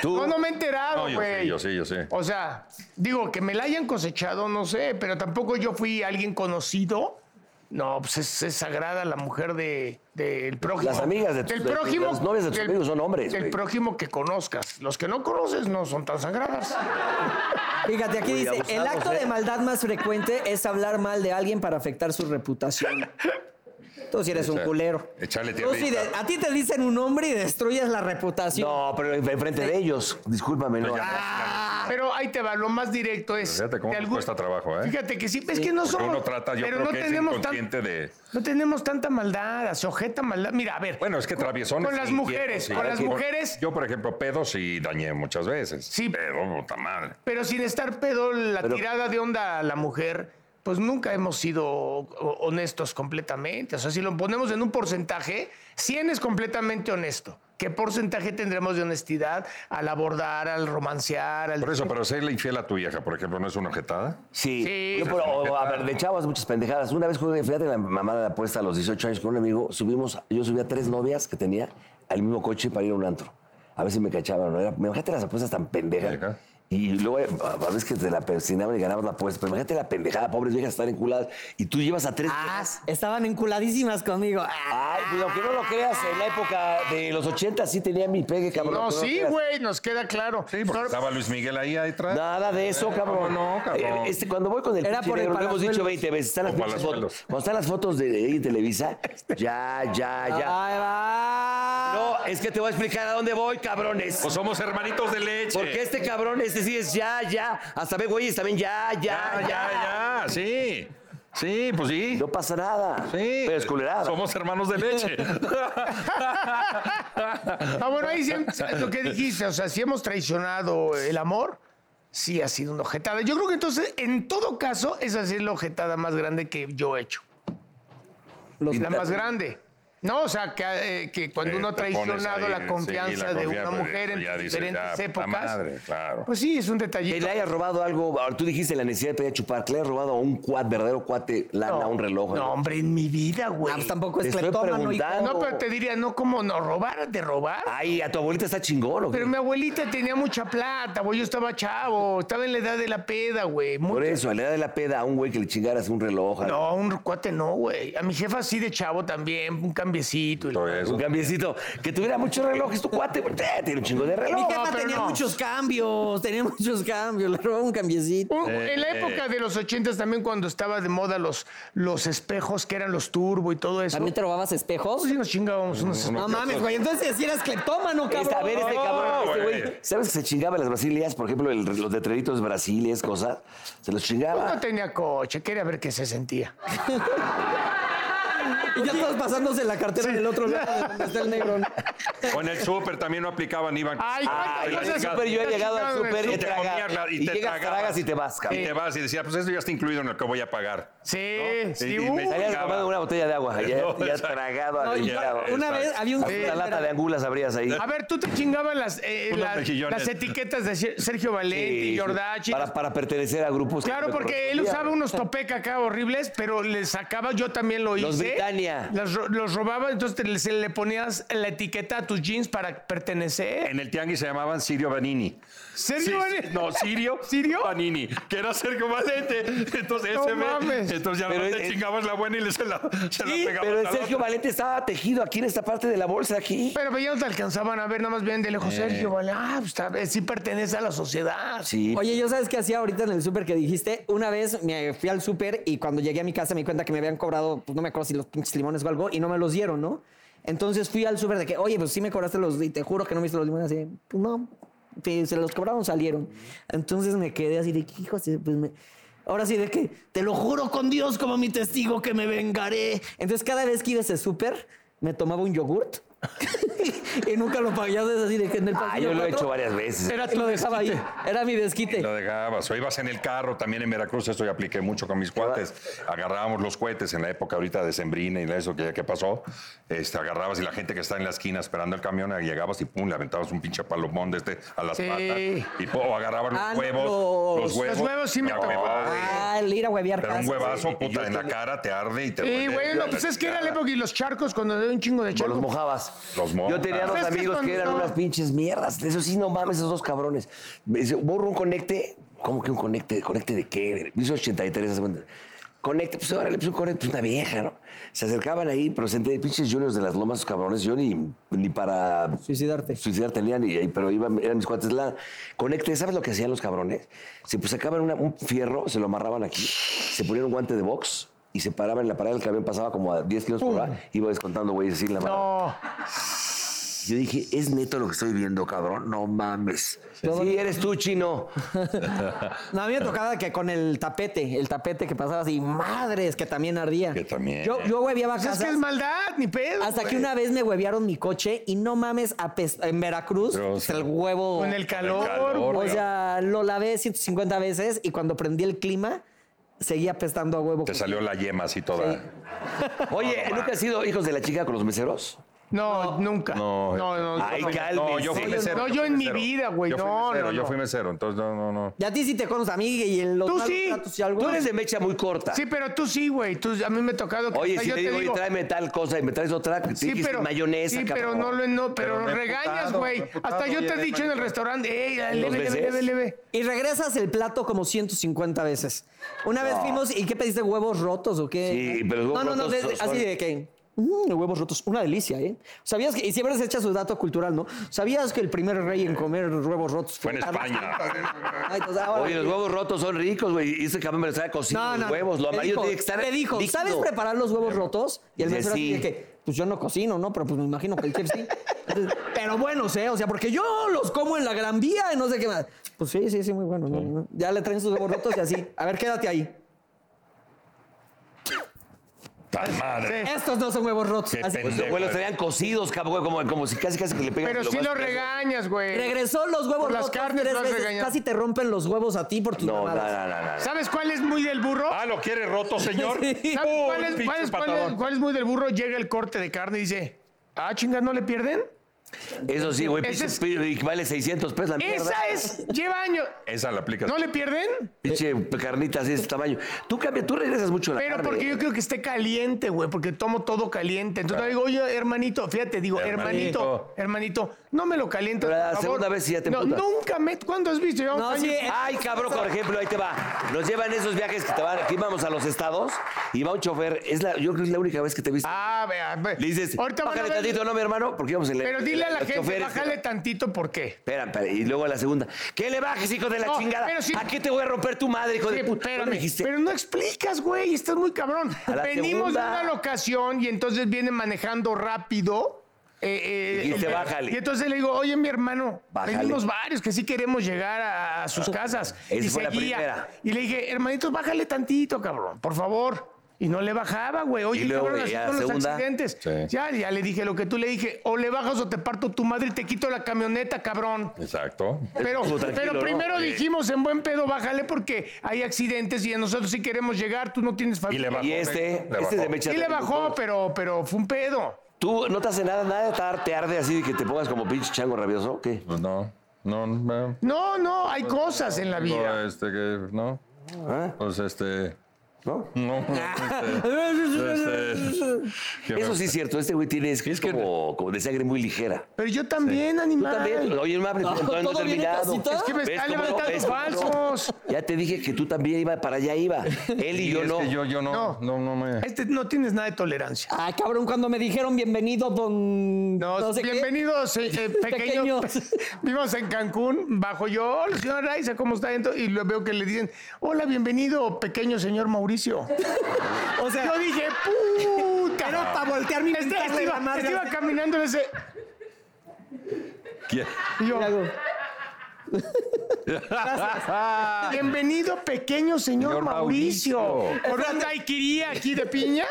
[SPEAKER 3] Tú-
[SPEAKER 4] No, no me he enterado,
[SPEAKER 2] No, yo
[SPEAKER 4] güey.
[SPEAKER 2] sí, yo sí, yo sí.
[SPEAKER 4] O sea, digo, que me la hayan cosechado, no sé, pero tampoco yo fui alguien conocido. No, pues es, es sagrada la mujer de- del prójimo.
[SPEAKER 3] Las amigas de tus-
[SPEAKER 4] Del
[SPEAKER 3] de-
[SPEAKER 4] prójimo.
[SPEAKER 3] las novias de tus
[SPEAKER 4] del-
[SPEAKER 3] amigos son hombres,
[SPEAKER 4] Del
[SPEAKER 3] güey.
[SPEAKER 4] prójimo que conozcas. Los que no conoces no son tan sagradas.
[SPEAKER 1] Fíjate, aquí
[SPEAKER 3] Uy,
[SPEAKER 1] dice:
[SPEAKER 3] abusados,
[SPEAKER 1] el acto
[SPEAKER 3] ¿eh?
[SPEAKER 1] de maldad más frecuente es hablar mal de alguien para afectar su reputación. Tú sí eres un
[SPEAKER 2] Echa-
[SPEAKER 1] culero.
[SPEAKER 2] échale
[SPEAKER 1] Tú sí de-
[SPEAKER 2] tierrita.
[SPEAKER 1] A ti te dicen un hombre y destruyes la reputación.
[SPEAKER 3] No, pero enfrente de ellos. Discúlpame, no.
[SPEAKER 4] Pero ahí te va, lo más directo es.
[SPEAKER 2] Fíjate cómo
[SPEAKER 4] de
[SPEAKER 2] nos cuesta trabajo, ¿eh?
[SPEAKER 4] Fíjate que sí, es que no
[SPEAKER 2] Porque
[SPEAKER 4] somos.
[SPEAKER 2] uno trata, yo
[SPEAKER 4] pero
[SPEAKER 2] creo
[SPEAKER 4] no
[SPEAKER 2] que es
[SPEAKER 4] tenemos tan-
[SPEAKER 2] inconsciente de...
[SPEAKER 4] No tenemos tanta maldad, así ojeta maldad. Mira, a ver.
[SPEAKER 2] Bueno, es que traviesones...
[SPEAKER 4] Con las
[SPEAKER 2] sí,
[SPEAKER 4] mujeres,
[SPEAKER 2] sí.
[SPEAKER 4] con las
[SPEAKER 2] Yo-
[SPEAKER 4] mujeres.
[SPEAKER 2] Yo, por ejemplo, pedo sí dañé muchas veces.
[SPEAKER 4] Sí.
[SPEAKER 2] Pero, puta madre.
[SPEAKER 4] Pero sin estar pedo, la
[SPEAKER 3] Pero-
[SPEAKER 4] tirada de onda a la mujer, pues nunca hemos sido o- honestos completamente. O sea, si lo ponemos en un porcentaje, 100 es completamente honesto. ¿Qué porcentaje tendremos de honestidad al abordar, al romancear, al...
[SPEAKER 2] Por eso, pero serle infiel a tu vieja, por ejemplo, ¿no es una objetada?
[SPEAKER 3] Sí.
[SPEAKER 4] Sí.
[SPEAKER 3] Yo, pero, o, a ver, de chavas, muchas pendejadas. Una vez jugué, fíjate, la mamada de apuesta a los 18 años con un amigo. Subimos, yo subía tres novias que tenía al mismo coche para ir a un antro. A veces me cachaban, ¿no? Era, me imagínate las apuestas tan pendejas.
[SPEAKER 2] Ajá.
[SPEAKER 3] Y luego, eh, a a veces que te la persinaban y ganabas la apuesta. Pero imagínate la pendejada, pobres viejas están enculadas. Y tú llevas a tres.
[SPEAKER 1] Ah, estaban enculadísimas conmigo. Ah,
[SPEAKER 3] Ay, pues, aunque no lo creas, en la época de los 80 sí tenía mi pegue, cabrón.
[SPEAKER 4] No,
[SPEAKER 3] aunque lo
[SPEAKER 4] sí,
[SPEAKER 3] creas.
[SPEAKER 4] güey, nos queda claro.
[SPEAKER 2] Sí, porque
[SPEAKER 4] Sor-
[SPEAKER 2] estaba Luis Miguel ahí atrás.
[SPEAKER 3] Nada de eso, cabrón.
[SPEAKER 2] no, cabrón.
[SPEAKER 3] Eh, Este, cuando voy con el
[SPEAKER 1] Era
[SPEAKER 3] pinche
[SPEAKER 1] por el
[SPEAKER 3] negro, lo hemos
[SPEAKER 1] Palazuelos.
[SPEAKER 3] dicho 20 veces. Están las
[SPEAKER 2] O
[SPEAKER 3] pinches
[SPEAKER 2] Palazuelos.
[SPEAKER 3] fotos. Cuando están las fotos de ahí en Televisa, ya, ya, ya.
[SPEAKER 1] Ahí va.
[SPEAKER 3] No, es que te voy a explicar a dónde voy, cabrones.
[SPEAKER 2] Pues somos hermanitos de leche.
[SPEAKER 3] Porque este cabrón, este sí es ya, ya. Hasta ve, güeyes, también ya, ya,
[SPEAKER 2] Ah, Ya,
[SPEAKER 3] ya.
[SPEAKER 2] ya, ya, sí. Sí, pues sí.
[SPEAKER 3] No pasa nada.
[SPEAKER 2] Sí.
[SPEAKER 3] Pero es culerada.
[SPEAKER 2] Somos hermanos de
[SPEAKER 3] *laughs*
[SPEAKER 2] leche.
[SPEAKER 4] Ah, bueno,
[SPEAKER 2] *laughs*
[SPEAKER 4] ahí sí, lo que dijiste, o sea, si hemos traicionado el amor, sí ha sido una ojetada. Yo creo que entonces, en todo caso, esa sí es la ojetada más grande que yo he hecho.
[SPEAKER 1] Los-
[SPEAKER 4] la más grande. No, o sea, que, eh, que cuando
[SPEAKER 2] Sí,
[SPEAKER 4] uno ha
[SPEAKER 2] te pones
[SPEAKER 4] traicionado
[SPEAKER 2] ahí,
[SPEAKER 4] la
[SPEAKER 2] sí,
[SPEAKER 4] confianza
[SPEAKER 2] la
[SPEAKER 4] de una
[SPEAKER 2] confianza,
[SPEAKER 4] mujer en
[SPEAKER 2] ya dices,
[SPEAKER 4] diferentes
[SPEAKER 2] ya, puta
[SPEAKER 4] épocas,
[SPEAKER 2] madre, claro.
[SPEAKER 4] pues sí, es un
[SPEAKER 3] Que
[SPEAKER 4] detallito.
[SPEAKER 3] le haya robado algo, ahora tú dijiste la necesidad de pedir a chupar, que le haya robado a un cuat, verdadero cuate, lana, un reloj.
[SPEAKER 4] No, hombre, en mi vida, güey.
[SPEAKER 1] Ah, pues tampoco
[SPEAKER 3] Te
[SPEAKER 1] es
[SPEAKER 3] estoy
[SPEAKER 1] cleptómano. hijo.
[SPEAKER 3] preguntando.
[SPEAKER 4] No, pero te diría, no, como no, robar de robar.
[SPEAKER 3] Ay, a tu abuelita está chingón, ¿o qué?
[SPEAKER 4] Pero mi abuelita tenía mucha plata, güey. Yo estaba chavo, estaba en la edad de la peda, güey. Mucha-
[SPEAKER 3] Por eso, a la edad de la peda, a un güey que le chingaras un reloj. a-
[SPEAKER 4] No, un cuate no, güey. A mi jefa sí de chavo también, un cambiecito. y la-
[SPEAKER 2] Todo eso.
[SPEAKER 3] Un cambiecito. Que tuviera muchos relojes, tu cuate, güey, eh, tiene un chingo de reloj.
[SPEAKER 1] Mi
[SPEAKER 4] No,
[SPEAKER 1] jefa
[SPEAKER 4] pero
[SPEAKER 1] tenía
[SPEAKER 4] no.
[SPEAKER 1] muchos cambios, tenía muchos cambios, le robaba un cambiecito.
[SPEAKER 4] Uh, en la época de los ochentas también cuando estaba de moda los, los espejos que eran los turbo y todo eso. Pues
[SPEAKER 1] ¿También te robabas espejos?
[SPEAKER 4] Sí nos chingábamos unos
[SPEAKER 1] No mames, güey, entonces si eras cleptómano, cabrón.
[SPEAKER 3] Esta- a ver, este
[SPEAKER 2] No,
[SPEAKER 3] cabrón, este
[SPEAKER 2] güey.
[SPEAKER 3] güey. ¿Sabes que se chingaba las brasilias? Por ejemplo, el- los letreritos brasiles, cosas. Se los
[SPEAKER 4] No
[SPEAKER 3] chingaba.
[SPEAKER 4] tenía coche, quería ver qué se sentía.
[SPEAKER 1] Y ya todos pasándose la cartera del otro lado de donde está el negro. ¿no?
[SPEAKER 2] O en el súper también no aplicaban, iban.
[SPEAKER 4] Ay,
[SPEAKER 2] Ah,
[SPEAKER 4] cuántas
[SPEAKER 2] y la
[SPEAKER 4] cosas
[SPEAKER 2] chingada.
[SPEAKER 3] Súper, yo he llegado al
[SPEAKER 4] Chingado en el
[SPEAKER 3] súper y,
[SPEAKER 2] Y te
[SPEAKER 3] traga-
[SPEAKER 2] comías la-
[SPEAKER 3] y
[SPEAKER 2] y te
[SPEAKER 3] llegas,
[SPEAKER 2] tragabas.
[SPEAKER 3] tragas y te vas,
[SPEAKER 2] Y
[SPEAKER 3] cabrón.
[SPEAKER 2] te vas y decía, pues esto ya está incluido en lo que voy a pagar.
[SPEAKER 4] Sí,
[SPEAKER 2] ¿no?
[SPEAKER 4] sí.
[SPEAKER 2] Y- y
[SPEAKER 4] uh,
[SPEAKER 2] me-
[SPEAKER 3] Habías tomado una botella de agua, ya,
[SPEAKER 2] No,
[SPEAKER 3] ya
[SPEAKER 2] exacto.
[SPEAKER 3] tragado,
[SPEAKER 1] No, y
[SPEAKER 3] arreglado.
[SPEAKER 1] Una vez había un...
[SPEAKER 3] Hasta Una lata de angulas abrías ahí.
[SPEAKER 4] A ver, tú te chingabas las, eh,
[SPEAKER 2] Unos
[SPEAKER 4] las,
[SPEAKER 2] mejillones.
[SPEAKER 4] las etiquetas de Ser- Sergio Valente
[SPEAKER 3] Sí,
[SPEAKER 4] y Jordachi.
[SPEAKER 3] Para, para pertenecer a grupos. que no
[SPEAKER 4] Claro,
[SPEAKER 3] me
[SPEAKER 4] porque él
[SPEAKER 3] correspondían.
[SPEAKER 4] usaba unos topeca acá horribles, pero le sacaba, yo también lo hice.
[SPEAKER 3] Los Britannia.
[SPEAKER 4] Las ro- Los, robaba, entonces te- se le ponías la etiqueta a tus jeans para pertenecer.
[SPEAKER 2] En el tianguis se llamaban Sirio Banini.
[SPEAKER 4] ¿Sergio
[SPEAKER 2] Sí, sí,
[SPEAKER 4] Valente?
[SPEAKER 2] No, Sirio.
[SPEAKER 4] *laughs* ¿Sirio?
[SPEAKER 2] Banini, que era Sergio Valente. Entonces,
[SPEAKER 4] No
[SPEAKER 2] ese ve-
[SPEAKER 4] mames.
[SPEAKER 2] entonces ya
[SPEAKER 3] Pero
[SPEAKER 2] no
[SPEAKER 3] es-
[SPEAKER 2] te chingabas la buena y le se la, se la
[SPEAKER 3] Sí,
[SPEAKER 2] pegabas
[SPEAKER 3] pero el
[SPEAKER 2] a la
[SPEAKER 3] Sergio
[SPEAKER 2] otra.
[SPEAKER 3] Valente estaba tejido aquí en esta parte de la bolsa, aquí.
[SPEAKER 4] Pero ya no te alcanzaban a ver, nada más bien de lejos Sergio Valente. Ah, pues, está- eh, sí pertenece a la sociedad.
[SPEAKER 3] Sí.
[SPEAKER 1] Oye, ¿yo sabes qué hacía ahorita en el súper que dijiste? Una vez me fui al súper y cuando llegué a mi casa me di cuenta que me habían cobrado, pues no me acuerdo si los pinches limones o algo, y no me los dieron, ¿no? Entonces fui al súper de que, oye, pues sí me cobraste los, y te juro que no me viste los limones, así, pues no, sí, se los cobraron, salieron. Entonces me quedé así de, hijos, de- pues me... Ahora sí, de que te lo juro con Dios como mi testigo que me vengaré. Entonces cada vez que iba a ese súper, me tomaba un yogurt *laughs* y nunca lo pagué, ya sabes, así de que en el
[SPEAKER 3] Ah,
[SPEAKER 1] pasillo
[SPEAKER 3] yo lo he
[SPEAKER 1] cuatro,
[SPEAKER 3] hecho varias veces.
[SPEAKER 1] era lo dejaba ahí. Era mi desquite.
[SPEAKER 2] Lo dejabas, o ibas en el carro también en Veracruz, eso yo apliqué mucho con mis cuates. Agarrábamos los cohetes en la época ahorita de Sembrina y eso que, que pasó. Este, agarrabas y la gente que está en la esquina esperando el camión, ahí llegabas y pum, le aventabas un pinche palomón de este a las
[SPEAKER 4] Sí.
[SPEAKER 2] patas. Y pum, o agarraban
[SPEAKER 1] Ah,
[SPEAKER 2] los
[SPEAKER 1] no,
[SPEAKER 2] huevos.
[SPEAKER 1] los-
[SPEAKER 2] Los huevos.
[SPEAKER 4] Los huevos sí me
[SPEAKER 2] la
[SPEAKER 4] tocó.
[SPEAKER 2] huevada, güey.
[SPEAKER 1] Ah, el ir a huevear
[SPEAKER 2] Pero un
[SPEAKER 1] casas.
[SPEAKER 2] huevazo, puta, en la cara te arde y te
[SPEAKER 4] Sí,
[SPEAKER 2] duele.
[SPEAKER 4] güey, no, pues es que era la época y los charcos cuando había un chingo de
[SPEAKER 3] Por los
[SPEAKER 4] charcos.
[SPEAKER 3] mojabas.
[SPEAKER 2] Los mojas.
[SPEAKER 3] Yo tenía dos
[SPEAKER 4] ¿Sabes qué
[SPEAKER 3] amigos
[SPEAKER 4] es
[SPEAKER 3] que eran
[SPEAKER 4] cuando-
[SPEAKER 3] unas pinches mierdas. Eso sí, no mames, esos dos cabrones. Me dice, borro un conecte. ¿Cómo que un conecte? ¿Conecte de qué? Me hizo 83 hace cuenta. Conecte, pues órale, pues un conecte, pues una vieja, ¿no? Se acercaban ahí, pero senté pinches juniors de las lomas, esos cabrones. Yo ni, ni para
[SPEAKER 1] Suicidarte.
[SPEAKER 3] suicidar Pues, tenían, y, y- pero iban, eran mis cuates. La conecte, ¿sabes lo que hacían los cabrones? Se pues, sacaban una- un fierro, se lo amarraban aquí, se ponían un guante de box y se paraban en la parada del camión, pasaba como a 10 kilos por hora, iba descontando, güey, así en la mano.
[SPEAKER 4] No.
[SPEAKER 3] Yo dije, es neto lo que estoy viendo, cabrón. No mames. Sí, eres tú, chino.
[SPEAKER 1] *laughs* No, a mí me tocaba que con el tapete, el tapete que pasaba así, madres, que también ardía.
[SPEAKER 2] Que también.
[SPEAKER 1] Yo, yo hueveaba
[SPEAKER 4] Pues es
[SPEAKER 1] casas.
[SPEAKER 4] que es maldad, ni pedo.
[SPEAKER 1] hasta que
[SPEAKER 4] güey.
[SPEAKER 1] una vez me huevearon mi coche y no mames, apest- en Veracruz,
[SPEAKER 2] Pero,
[SPEAKER 1] hasta el huevo.
[SPEAKER 4] Con el calor.
[SPEAKER 2] calor,
[SPEAKER 1] o
[SPEAKER 4] güey.
[SPEAKER 1] sea, lo lavé 150 veces y cuando prendí el clima, seguía apestando a huevo.
[SPEAKER 2] Te salió la yema así toda.
[SPEAKER 3] Oye, ¿nunca has sido hijos de la chica con los meseros?
[SPEAKER 4] No, nunca. No, no, no.
[SPEAKER 3] Ay,
[SPEAKER 4] no.
[SPEAKER 3] cálmense.
[SPEAKER 2] No, yo fui
[SPEAKER 4] No, yo-
[SPEAKER 2] mesero.
[SPEAKER 4] no,
[SPEAKER 2] fui
[SPEAKER 4] yo en mi
[SPEAKER 2] mesero.
[SPEAKER 4] vida, güey,
[SPEAKER 2] Yo fui
[SPEAKER 4] no,
[SPEAKER 2] mesero,
[SPEAKER 4] no,
[SPEAKER 2] Yo
[SPEAKER 4] no.
[SPEAKER 2] fui mesero, entonces no, no, no.
[SPEAKER 1] Ya a ti sí te conoces a mí y en los
[SPEAKER 4] Tú
[SPEAKER 1] malos
[SPEAKER 4] sí.
[SPEAKER 1] tratos y algo.
[SPEAKER 3] Tú eres de mecha muy corta.
[SPEAKER 4] Sí, pero tú sí, güey. Tú- A mí me ha tocado que
[SPEAKER 3] Oye,
[SPEAKER 4] hasta
[SPEAKER 3] si te digo, oye, tráeme tal cosa y me traes otra, te
[SPEAKER 4] Sí,
[SPEAKER 3] dijiste
[SPEAKER 4] pero,
[SPEAKER 3] mayonesa,
[SPEAKER 4] sí, pero
[SPEAKER 3] cabrón.
[SPEAKER 4] no lo no, pero,
[SPEAKER 2] Pero me he
[SPEAKER 4] regañas,
[SPEAKER 2] putado,
[SPEAKER 4] güey.
[SPEAKER 2] me he putado,
[SPEAKER 4] Hasta yo te he
[SPEAKER 2] oye,
[SPEAKER 4] dicho en el restaurante, ey, leve, leve,
[SPEAKER 3] veces?
[SPEAKER 4] leve, leve.
[SPEAKER 1] Y regresas el plato como 150 veces. Una vez fuimos, ¿y qué pediste? ¿Huevos rotos o qué?
[SPEAKER 3] Sí, pero los huevos
[SPEAKER 1] No, no, no,
[SPEAKER 3] rotos
[SPEAKER 1] de-
[SPEAKER 3] son-
[SPEAKER 1] de- así de que. "Mm, huevos rotos, una delicia, ¿eh? ¿Sabías que.? Y siempre se echa su dato cultural, ¿no? ¿Sabías que el primer rey en comer huevos rotos
[SPEAKER 2] Fue en
[SPEAKER 1] Carlos
[SPEAKER 2] España.
[SPEAKER 1] V? Ay, entonces, ahora-
[SPEAKER 3] Oye, los huevos rotos son ricos, güey. Y ese cabrón me lo trae cocido,
[SPEAKER 1] No, no,
[SPEAKER 3] los
[SPEAKER 1] no.
[SPEAKER 3] huevos, lo
[SPEAKER 1] Te
[SPEAKER 3] amarillo
[SPEAKER 1] dijo-
[SPEAKER 3] tiene que estar
[SPEAKER 1] Te dijo,
[SPEAKER 3] líquido.
[SPEAKER 1] ¿sabes preparar los huevos rotos? Y el
[SPEAKER 3] Dice,
[SPEAKER 1] mesero así
[SPEAKER 3] "Sí".
[SPEAKER 1] de que, pues yo no cocino, ¿no? Pero pues me imagino que el chef sí. Entonces, Pero buenos, ¿eh? O sea, porque yo los como en la Gran Vía y no sé qué más. Pues sí, sí, sí, muy bueno. ¿no? ¿no? Ya le traen sus huevos rotos y así. A ver, quédate ahí.
[SPEAKER 2] Tan madre.
[SPEAKER 1] Estos no son huevos rotos.
[SPEAKER 2] Qué
[SPEAKER 1] Así.
[SPEAKER 2] pendejo.
[SPEAKER 3] Los huevos Pues, estarían cocidos, cabrón, como, como si casi casi que le pegan.
[SPEAKER 4] Pero
[SPEAKER 3] lo
[SPEAKER 4] sí
[SPEAKER 3] más-
[SPEAKER 4] lo regañas, güey.
[SPEAKER 1] Regresó los huevos
[SPEAKER 4] Por las
[SPEAKER 1] rotos
[SPEAKER 4] carnes
[SPEAKER 1] tres
[SPEAKER 4] lo has
[SPEAKER 1] veces.
[SPEAKER 4] regañado.
[SPEAKER 1] Casi te rompen los huevos a ti por tus
[SPEAKER 3] No, no,
[SPEAKER 1] mamadas.
[SPEAKER 3] no, no, no.
[SPEAKER 4] ¿Sabes cuál es muy del burro?
[SPEAKER 2] Ah, ¿lo quiere
[SPEAKER 4] *laughs*
[SPEAKER 2] roto, señor?
[SPEAKER 1] Sí.
[SPEAKER 4] ¿Sabes
[SPEAKER 3] Oh,
[SPEAKER 2] ¡Pum!
[SPEAKER 4] cuál, es,
[SPEAKER 2] Pinche
[SPEAKER 4] cuál es- cuál es-
[SPEAKER 2] patadón.
[SPEAKER 4] cuál es muy del burro? Llega el corte de carne y dice, ah, chingas, ¿no le pierden?
[SPEAKER 3] Eso sí, güey.
[SPEAKER 4] Ese
[SPEAKER 3] Pinche
[SPEAKER 4] es-
[SPEAKER 3] pi- Vale 600 pesos la mierda.
[SPEAKER 4] Esa es, lleva años.
[SPEAKER 2] Esa la aplicas.
[SPEAKER 4] ¿No le pierden?
[SPEAKER 3] Pinche carnita así de ese tamaño. Tú cambias, tú regresas mucho a la
[SPEAKER 4] Pero
[SPEAKER 3] carne.
[SPEAKER 4] porque yo creo que esté caliente, güey, porque tomo todo caliente. Entonces no digo, oye, hermanito, fíjate, digo, hermanito, hermanito, No me lo calientas.
[SPEAKER 3] Pero la
[SPEAKER 4] por favor.
[SPEAKER 3] segunda vez sí ya te
[SPEAKER 4] No,
[SPEAKER 3] emputas.
[SPEAKER 4] nunca me. ¿Cuándo has visto? Llevamos
[SPEAKER 1] No,
[SPEAKER 4] años-
[SPEAKER 1] sí,
[SPEAKER 3] Ay, cabrón, por ejemplo, ahí te va. Nos llevan esos viajes que te van, que íbamos a los estados y va un chofer. Es la, yo creo que es la única vez que te he visto.
[SPEAKER 4] Ah, vea, ve.
[SPEAKER 3] Le dices,
[SPEAKER 4] Ahorita van a
[SPEAKER 3] bájale
[SPEAKER 4] ver-
[SPEAKER 3] tantito, no, mi hermano, porque íbamos en la-
[SPEAKER 4] Pero dile a la
[SPEAKER 3] los
[SPEAKER 4] gente,
[SPEAKER 3] choferes,
[SPEAKER 4] bájale
[SPEAKER 3] ¿no?
[SPEAKER 4] tantito, ¿por qué?
[SPEAKER 3] Espera, espera, este, y luego a la segunda. ¿Qué le bajes, hijo de la
[SPEAKER 4] No,
[SPEAKER 3] chingada?
[SPEAKER 4] pero sí.
[SPEAKER 3] ¿A qué te voy a romper tu madre, hijo
[SPEAKER 4] Sí,
[SPEAKER 3] de puta? ¿No
[SPEAKER 4] espérame,
[SPEAKER 3] me dijiste?
[SPEAKER 4] pero no explicas, güey, estás muy cabrón.
[SPEAKER 3] A la
[SPEAKER 4] Venimos
[SPEAKER 3] segunda-
[SPEAKER 4] de una locación y entonces viene manejando rápido. eh, eh,
[SPEAKER 3] Y dijiste,
[SPEAKER 4] el-
[SPEAKER 3] "Bájale".
[SPEAKER 4] Y entonces le digo, oye, mi hermano,
[SPEAKER 3] Bájale.
[SPEAKER 4] venimos varios que sí queremos llegar a,
[SPEAKER 3] *laughs*
[SPEAKER 4] a sus casas.
[SPEAKER 3] Esa
[SPEAKER 4] y
[SPEAKER 3] fue la
[SPEAKER 4] seguía.
[SPEAKER 3] primera.
[SPEAKER 4] Y le dije, hermanito, bájale tantito, cabrón, por favor. Y no le bajaba, güey. Oye,
[SPEAKER 3] Y luego,
[SPEAKER 4] cabrón, así
[SPEAKER 3] y a la
[SPEAKER 4] son los
[SPEAKER 3] segunda.
[SPEAKER 4] accidentes.
[SPEAKER 2] Sí.
[SPEAKER 4] Ya, ya le dije lo que tú le dije. O le bajas o te parto tu madre y te quito la camioneta, cabrón.
[SPEAKER 2] Exacto.
[SPEAKER 4] Pero,
[SPEAKER 3] Tú tranquilo,
[SPEAKER 4] pero
[SPEAKER 3] ¿no?
[SPEAKER 4] primero dijimos en buen pedo, bájale porque hay accidentes y a nosotros sí queremos llegar, tú no tienes
[SPEAKER 2] Y le
[SPEAKER 4] familia.
[SPEAKER 2] bajó.
[SPEAKER 3] Y este,
[SPEAKER 2] Le
[SPEAKER 3] este
[SPEAKER 2] bajó.
[SPEAKER 3] de Mecha.
[SPEAKER 4] Sí le
[SPEAKER 3] también,
[SPEAKER 4] bajó,
[SPEAKER 3] doctor.
[SPEAKER 4] pero, pero fue un pedo.
[SPEAKER 3] ¿Tú no te hace nada, nada de tar- te arde así de que te pongas como pinche chango rabioso? ¿Qué?
[SPEAKER 2] Pues no, no, no.
[SPEAKER 4] No, no, hay
[SPEAKER 3] Pues,
[SPEAKER 4] cosas en la
[SPEAKER 3] eh,
[SPEAKER 4] vida.
[SPEAKER 2] No, este que, no.
[SPEAKER 3] ¿Ah?
[SPEAKER 2] Pues este.
[SPEAKER 3] ¿No?
[SPEAKER 2] No. este, este, que
[SPEAKER 3] Eso
[SPEAKER 2] me-
[SPEAKER 3] sí es cierto, este güey tiene es,
[SPEAKER 2] Es que-
[SPEAKER 3] como, como de sangre muy ligera.
[SPEAKER 4] Pero yo también,
[SPEAKER 3] Tú
[SPEAKER 4] animal.
[SPEAKER 3] también, oye, no me hables,
[SPEAKER 1] No,
[SPEAKER 3] todavía no he
[SPEAKER 1] ¿todo viene
[SPEAKER 3] terminado.
[SPEAKER 1] casita?
[SPEAKER 4] Es que me
[SPEAKER 3] ¿Ves
[SPEAKER 4] están
[SPEAKER 3] cómo no? ¿Ves
[SPEAKER 4] levantando
[SPEAKER 3] cómo no?
[SPEAKER 4] falsos.
[SPEAKER 3] Ya te dije que tú también iba para allá iba. Él y,
[SPEAKER 2] Y
[SPEAKER 3] yo
[SPEAKER 2] es
[SPEAKER 3] no.
[SPEAKER 2] que yo, yo
[SPEAKER 4] No.
[SPEAKER 2] no, no, no me.
[SPEAKER 4] Este no tienes nada de tolerancia.
[SPEAKER 1] Ah, cabrón, cuando me dijeron bienvenido, don.
[SPEAKER 4] No,
[SPEAKER 1] no sé qué.
[SPEAKER 4] bienvenidos, eh, eh, pequeños.
[SPEAKER 1] *laughs*
[SPEAKER 4] *laughs*
[SPEAKER 1] Pequeños.
[SPEAKER 4] Vivimos en Cancún, bajo yo, hola, señor Raiza, ¿cómo está? Ento- Y lo veo que le dicen, hola, bienvenido, pequeño señor Mauricio.
[SPEAKER 1] *laughs* O sea,
[SPEAKER 4] Yo dije,
[SPEAKER 1] *laughs*
[SPEAKER 4] puta.
[SPEAKER 1] Pero pa' voltearme y
[SPEAKER 4] Este- este
[SPEAKER 1] pintarle
[SPEAKER 4] iba,
[SPEAKER 1] la madre.
[SPEAKER 4] este iba caminando en ese.
[SPEAKER 2] ¿Quién?
[SPEAKER 4] y yo,
[SPEAKER 1] mira, hago,
[SPEAKER 4] Ah. bienvenido, pequeño señor,
[SPEAKER 2] Señor
[SPEAKER 4] Mauricio.
[SPEAKER 2] Mauricio.
[SPEAKER 4] Por un daiquirí aquí de piña.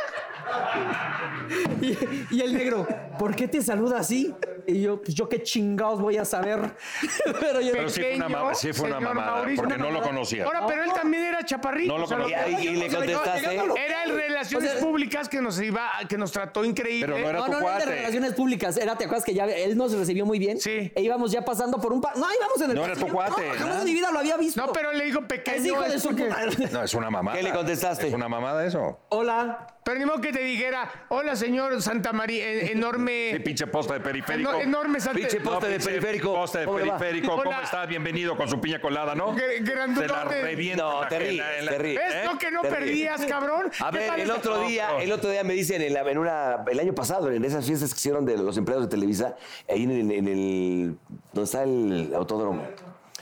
[SPEAKER 1] y, y el negro, ¿por qué te saluda así? Y yo, pues yo qué chingados voy a saber. *laughs* Pero yo.
[SPEAKER 2] Pero sí fue una
[SPEAKER 4] Pequeño
[SPEAKER 2] ma- sí fue una
[SPEAKER 4] señor
[SPEAKER 2] mamada, porque
[SPEAKER 4] una
[SPEAKER 2] no lo
[SPEAKER 4] mamada.
[SPEAKER 2] conocía.
[SPEAKER 4] Ahora, pero él también era chaparrito.
[SPEAKER 2] No lo
[SPEAKER 4] o sea,
[SPEAKER 3] Y,
[SPEAKER 2] conocía.
[SPEAKER 3] ahí- y le contestaste.
[SPEAKER 1] Llegándolo.
[SPEAKER 4] Era el Relaciones
[SPEAKER 1] O sea-
[SPEAKER 4] Públicas que nos iba, que nos trató increíble.
[SPEAKER 2] Pero no era
[SPEAKER 1] No,
[SPEAKER 2] tu
[SPEAKER 1] no, no era de
[SPEAKER 2] cuate.
[SPEAKER 1] relaciones públicas. Era, ¿te acuerdas que ya él nos recibió muy bien?
[SPEAKER 4] Sí.
[SPEAKER 1] E íbamos ya pasando por un pa- No, íbamos en el
[SPEAKER 2] No era tu
[SPEAKER 1] pasillo.
[SPEAKER 2] cuate, Ah.
[SPEAKER 1] No, jamás
[SPEAKER 2] ¿no?
[SPEAKER 1] en mi vida lo había visto.
[SPEAKER 4] No, pero le digo pequeño.
[SPEAKER 1] Es hijo de
[SPEAKER 4] es
[SPEAKER 1] su
[SPEAKER 4] porque-
[SPEAKER 1] madre.
[SPEAKER 2] No, es una mamada.
[SPEAKER 3] ¿Qué le contestaste?
[SPEAKER 2] Es una mamada eso.
[SPEAKER 1] Hola.
[SPEAKER 4] Pero ni modo que te dijera, hola señor Santa María, en-
[SPEAKER 2] Sí,
[SPEAKER 4] enorme.
[SPEAKER 2] pinche poste de periférico.
[SPEAKER 4] eno- enorme Santa
[SPEAKER 3] Pinche
[SPEAKER 2] No,
[SPEAKER 3] Poste de
[SPEAKER 2] pinche
[SPEAKER 3] periférico.
[SPEAKER 2] Poste de
[SPEAKER 3] ¿Cómo le va?
[SPEAKER 2] periférico. ¿Cómo
[SPEAKER 4] Hola.
[SPEAKER 2] está? Bienvenido con su piña colada, ¿no?
[SPEAKER 4] Gr-
[SPEAKER 2] Se la
[SPEAKER 4] grandutote.
[SPEAKER 2] revienta.
[SPEAKER 3] No,
[SPEAKER 2] en la-
[SPEAKER 3] te
[SPEAKER 2] en la-
[SPEAKER 3] ríes,
[SPEAKER 2] en la-
[SPEAKER 3] te ríes.
[SPEAKER 4] ¿Ves?
[SPEAKER 2] ¿Eh?
[SPEAKER 4] No, que no
[SPEAKER 3] Terrible.
[SPEAKER 4] perdías, cabrón.
[SPEAKER 3] A
[SPEAKER 4] ¿Qué
[SPEAKER 3] ver, el
[SPEAKER 4] parece?
[SPEAKER 3] otro día, el otro día me dicen en, la- en una, el año pasado, en esas fiestas que hicieron de los empleados de Televisa, ahí en el, en el- donde está el autódromo.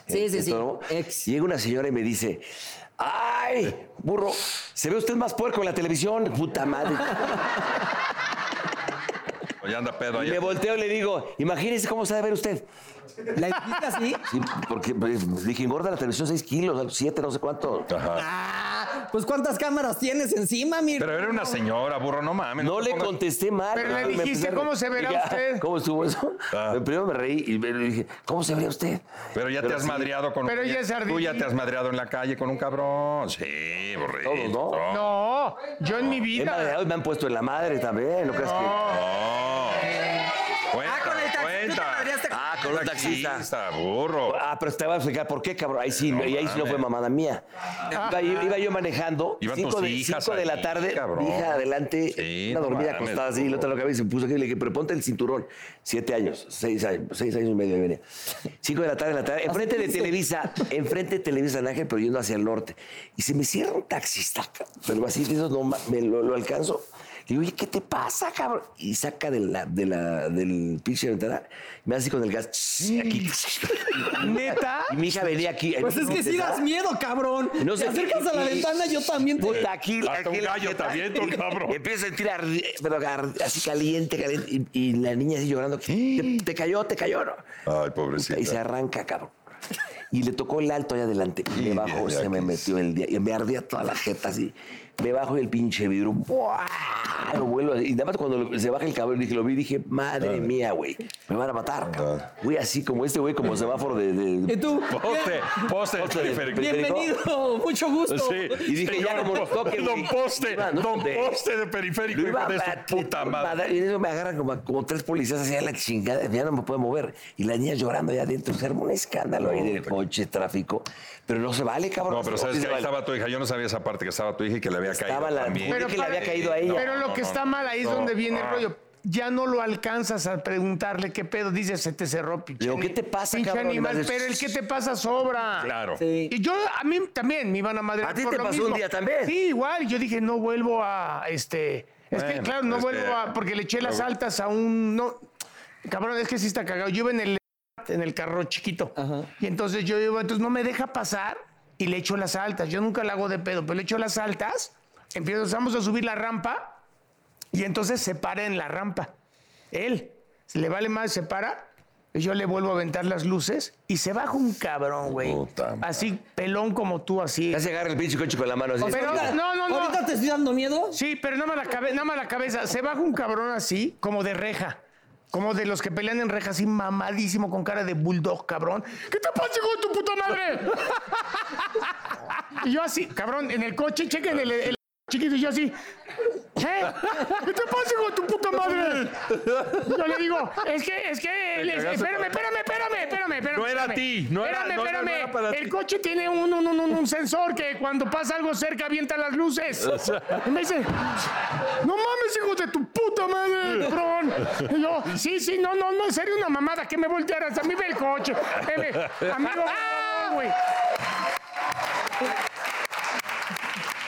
[SPEAKER 1] Sí, sí,
[SPEAKER 3] El
[SPEAKER 1] sí.
[SPEAKER 3] autódromo.
[SPEAKER 1] Ex.
[SPEAKER 3] Llega una señora y me dice, ay, burro, se ve usted más puerco en la televisión,
[SPEAKER 1] *laughs*
[SPEAKER 3] puta madre.
[SPEAKER 2] Ya anda pedo
[SPEAKER 3] Y me
[SPEAKER 2] allá.
[SPEAKER 3] volteo y le digo, imagínese cómo se ha de ver usted.
[SPEAKER 1] ¿La hiciste así?
[SPEAKER 3] Sí, porque pues, dije, engorda la televisión 6 kilos, 7, no sé cuánto.
[SPEAKER 2] Ajá.
[SPEAKER 1] Ah, pues ¿cuántas cámaras tienes encima, mi?
[SPEAKER 2] Pero era una señora, burro, no mames.
[SPEAKER 3] No
[SPEAKER 2] te
[SPEAKER 3] le
[SPEAKER 2] pongas-
[SPEAKER 3] contesté mal.
[SPEAKER 4] Pero le
[SPEAKER 3] Me empecé a
[SPEAKER 4] dijiste,
[SPEAKER 3] reír.
[SPEAKER 4] "¿Cómo se verá
[SPEAKER 3] Dije, "Ah,
[SPEAKER 4] usted?"
[SPEAKER 3] ¿Cómo estuvo eso?
[SPEAKER 2] Ah.
[SPEAKER 3] Me- Primero me reí y me- le dije, ¿cómo se vería usted?
[SPEAKER 2] Pero ya te has
[SPEAKER 3] sí,
[SPEAKER 2] madreado con
[SPEAKER 4] Pero
[SPEAKER 2] un.
[SPEAKER 4] ya es
[SPEAKER 2] Tú ya
[SPEAKER 4] ardidito.
[SPEAKER 2] te has madreado en la calle con un cabrón. Sí, burrito.
[SPEAKER 3] Todos, ¿no?
[SPEAKER 4] No, yo en mi
[SPEAKER 3] he
[SPEAKER 4] vida.
[SPEAKER 3] madreado y me han puesto en la madre también, ¿no crees que?
[SPEAKER 2] No. Cuenta,
[SPEAKER 1] Ah, con el taxi. Tú te
[SPEAKER 2] cuenta.
[SPEAKER 1] madreaste con-
[SPEAKER 3] Ah, con un taxista.
[SPEAKER 2] burro.
[SPEAKER 3] Ah, pero te voy a explicar por qué, cabrón. Ahí sí, y ahí sí no fue
[SPEAKER 2] mames.
[SPEAKER 3] mamada mía. Iba, yo- iba yo manejando,
[SPEAKER 2] Iban
[SPEAKER 3] cinco
[SPEAKER 2] tus
[SPEAKER 3] de,
[SPEAKER 2] hijas
[SPEAKER 3] cinco de la
[SPEAKER 2] ahí,
[SPEAKER 3] tarde,
[SPEAKER 2] cabrón.
[SPEAKER 3] mi hija adelante,
[SPEAKER 2] Sí,
[SPEAKER 3] una
[SPEAKER 2] no
[SPEAKER 3] dormida
[SPEAKER 2] mames,
[SPEAKER 3] acostada así, la otra lo que había y se puso aquí y le dije, pero ponte el cinturón. Siete años, seis años, seis años y medio ahí venía. Cinco de la tarde, de la tarde, enfrente de
[SPEAKER 1] quince.
[SPEAKER 3] Televisa, enfrente de Televisa San Ángel, pero yendo hacia el norte. Y se me cierra un taxista, pero así, de esos no, ma- me lo, lo alcanzo. Le digo, oye, ¿qué te pasa, cabrón? Y saca de la, de la, del pinche ventana, me hace con el gas, ¡ch! aquí.
[SPEAKER 4] ¿Neta?
[SPEAKER 3] Y mi hija venía aquí.
[SPEAKER 1] Pues es que sí das miedo, cabrón.
[SPEAKER 3] No sé
[SPEAKER 1] te acercas
[SPEAKER 3] qué-
[SPEAKER 1] a la
[SPEAKER 3] y-
[SPEAKER 1] ventana, yo también te.
[SPEAKER 3] Puta, aquí.
[SPEAKER 2] Hasta
[SPEAKER 3] aquí
[SPEAKER 2] un
[SPEAKER 3] la
[SPEAKER 2] gallo
[SPEAKER 3] jeta.
[SPEAKER 2] te
[SPEAKER 3] *laughs*
[SPEAKER 2] aviento, cabrón.
[SPEAKER 3] Empiezo a sentir ardi- pero ardi- así caliente, caliente. Y, y la niña así llorando. Te, te cayó, te cayó, ¿no?
[SPEAKER 2] Ay,
[SPEAKER 3] Puta, y se
[SPEAKER 2] pobrecita.
[SPEAKER 3] arranca, cabrón. Y le tocó el alto allá adelante. Me
[SPEAKER 2] Y
[SPEAKER 3] bajó,
[SPEAKER 2] desde
[SPEAKER 3] se me
[SPEAKER 2] aquí.
[SPEAKER 3] metió el día. Y me ardía toda la jeta así. Me bajo y el pinche vidrio. ¡buah! Lo vuelvo. así. Y nada más cuando lo- se baja el cabrón, dije, lo vi, dije, madre mía, güey. Me van a matar, cabrón. Güey, así como este güey, como semáforo de. de-
[SPEAKER 1] Y tú.
[SPEAKER 2] Poste, poste del periférico.
[SPEAKER 1] bien- bienvenido, mucho gusto.
[SPEAKER 2] Sí.
[SPEAKER 3] Y dije, ya como nos toque,
[SPEAKER 2] Don
[SPEAKER 3] güey.
[SPEAKER 2] Poste,
[SPEAKER 3] Iba, ¿no?
[SPEAKER 2] Don
[SPEAKER 3] De-
[SPEAKER 2] Poste de periférico, hijo de
[SPEAKER 3] a-
[SPEAKER 2] su puta madre.
[SPEAKER 3] Y en eso me agarran como, como tres policías hacia la chingada. Ya no me puedo mover. Y la niña llorando allá adentro. Se armó un escándalo ahí del coche, tráfico. Pero no se vale, cabrón.
[SPEAKER 2] No, pero
[SPEAKER 3] sí
[SPEAKER 2] sabes
[SPEAKER 3] se
[SPEAKER 2] que ahí
[SPEAKER 3] vale.
[SPEAKER 2] estaba tu hija. Yo no sabía esa parte que estaba tu hija y que le había
[SPEAKER 3] Estaba
[SPEAKER 2] caído
[SPEAKER 3] la
[SPEAKER 2] también.
[SPEAKER 3] mujer que le había caído a ella. Ah.
[SPEAKER 2] ah,
[SPEAKER 4] Pero lo que está mal ahí es donde viene el rollo. ya no lo alcanzas a preguntarle qué pedo. Dices, se te cerró, pinche.
[SPEAKER 3] Digo,
[SPEAKER 4] ani-
[SPEAKER 3] ¿qué te pasa,
[SPEAKER 4] pinche
[SPEAKER 3] cabrón?
[SPEAKER 4] animal,
[SPEAKER 3] Madre-
[SPEAKER 4] pero el que te pasa sobra.
[SPEAKER 2] Claro.
[SPEAKER 1] Sí.
[SPEAKER 4] Y yo, a mí también me iban a madrear.
[SPEAKER 3] ¿A ti
[SPEAKER 4] por
[SPEAKER 3] te
[SPEAKER 4] lo
[SPEAKER 3] pasó
[SPEAKER 4] mismo.
[SPEAKER 3] un día también?
[SPEAKER 4] Sí, igual. Yo dije, no vuelvo a este. Es que,
[SPEAKER 2] Bueno,
[SPEAKER 4] claro, no
[SPEAKER 2] es
[SPEAKER 4] vuelvo
[SPEAKER 2] que-
[SPEAKER 4] a. Porque le eché las
[SPEAKER 2] Luego-
[SPEAKER 4] altas a un. No, cabrón, es que sí está cagado. Yo iba en el, en el carro chiquito.
[SPEAKER 1] Ajá.
[SPEAKER 4] Y entonces yo iba, entonces no me deja pasar y le echo las altas. Yo nunca la hago de pedo, pero le echo las altas. Empezamos a subir la rampa y entonces se para en la rampa. Él, se le vale más, se para. y Yo le vuelvo a aventar las luces y se baja un cabrón, güey.
[SPEAKER 2] Puta madre.
[SPEAKER 4] Así, pelón como tú, así.
[SPEAKER 3] Ya se agarra el pinche coche con la mano así.
[SPEAKER 4] Pero-
[SPEAKER 1] Ahorita-
[SPEAKER 4] no, no, no.
[SPEAKER 1] Ahorita te estoy dando miedo.
[SPEAKER 4] Sí, pero nada más, la cabe- nada más la cabeza. Se baja un cabrón así, como de reja. Como de los que pelean en reja, así mamadísimo, con cara de bulldog, cabrón. ¿Qué te pasa, hijo de tu puta madre? y yo así, cabrón, en el coche, chequen el, el chiquito, y yo así. ¿Qué? ¿Qué te pasa, hijo de tu puta madre? Yo le digo, es que, es que, él es-
[SPEAKER 2] cagaste
[SPEAKER 4] espérame, espérame, espérame, espérame, espérame.
[SPEAKER 2] No era
[SPEAKER 4] espérame.
[SPEAKER 2] a ti, no era-
[SPEAKER 4] espérame,
[SPEAKER 2] no, no, no
[SPEAKER 4] espérame.
[SPEAKER 2] era para
[SPEAKER 4] el
[SPEAKER 2] ti.
[SPEAKER 4] coche tiene un, un, un, un- un sensor que cuando pasa algo cerca avienta las luces. Y me dice, no mames, hijo de tu puta madre, cabrón. Y yo, sí, sí, no, no, no, en serio, una mamada, que me voltearas. A mí ve el coche. Ve,
[SPEAKER 2] *laughs*
[SPEAKER 4] ve, Amigo, no, güey.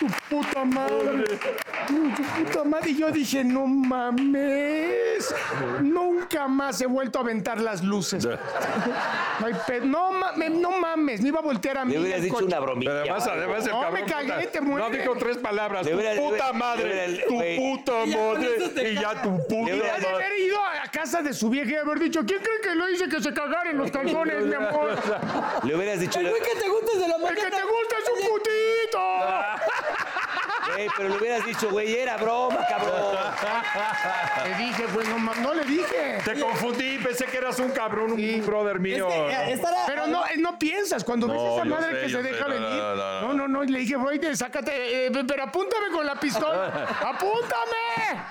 [SPEAKER 4] Tu puta madre. No, tu puta madre. Y yo dije, no mames. Nunca más he vuelto a aventar las
[SPEAKER 2] *laughs*
[SPEAKER 4] luces. Ay, pe- no, ma- me- no mames, me iba a voltear a mí.
[SPEAKER 3] Le hubieras
[SPEAKER 4] el
[SPEAKER 3] dicho
[SPEAKER 4] coche.
[SPEAKER 3] una bromita.
[SPEAKER 2] Pero además,
[SPEAKER 3] ¿vale?
[SPEAKER 2] además el
[SPEAKER 4] No,
[SPEAKER 2] cabrón,
[SPEAKER 4] me cagué,
[SPEAKER 2] puta,
[SPEAKER 4] te mueres.
[SPEAKER 2] No dijo tres palabras.
[SPEAKER 3] Le hubiera-
[SPEAKER 2] tu puta
[SPEAKER 3] le hubiera-
[SPEAKER 2] madre,
[SPEAKER 3] le hubiera-
[SPEAKER 2] tu
[SPEAKER 3] güey.
[SPEAKER 2] puta
[SPEAKER 1] Ya con eso
[SPEAKER 2] madre
[SPEAKER 1] te
[SPEAKER 2] y ya
[SPEAKER 1] cagas.
[SPEAKER 2] tu puta
[SPEAKER 3] Le hubiera-
[SPEAKER 4] Ha de
[SPEAKER 2] madre.
[SPEAKER 4] haber ido a casa de su vieja y haber dicho, ¿quién cree que lo hice que se cagaran los calzones, mi amor?
[SPEAKER 3] Le hubieras dicho.
[SPEAKER 1] El
[SPEAKER 3] le-
[SPEAKER 1] güey que te gusta es de la
[SPEAKER 4] El que
[SPEAKER 1] mañana.
[SPEAKER 4] te gusta es un
[SPEAKER 2] Ah.
[SPEAKER 4] putito.
[SPEAKER 3] Güey, Eh, pero le hubieras dicho, güey, era broma,
[SPEAKER 2] *laughs*
[SPEAKER 3] cabrón.
[SPEAKER 4] Le dije, pues no, ma- no le dije.
[SPEAKER 2] Te confundí, pensé que eras un cabrón, un brother
[SPEAKER 1] Es
[SPEAKER 2] mío.
[SPEAKER 1] que, eh, estará-
[SPEAKER 4] Pero no, eh, no piensas cuando ves
[SPEAKER 2] yo
[SPEAKER 4] esa madre
[SPEAKER 2] sé,
[SPEAKER 4] que
[SPEAKER 2] yo
[SPEAKER 4] se
[SPEAKER 2] sé, no,
[SPEAKER 4] deja
[SPEAKER 2] no,
[SPEAKER 4] venir.
[SPEAKER 2] no, no,
[SPEAKER 4] No, no, no. Y le dije, Freud, sácate, eh, pero apúntame con la pistola.
[SPEAKER 2] *laughs*
[SPEAKER 4] ¡Apúntame!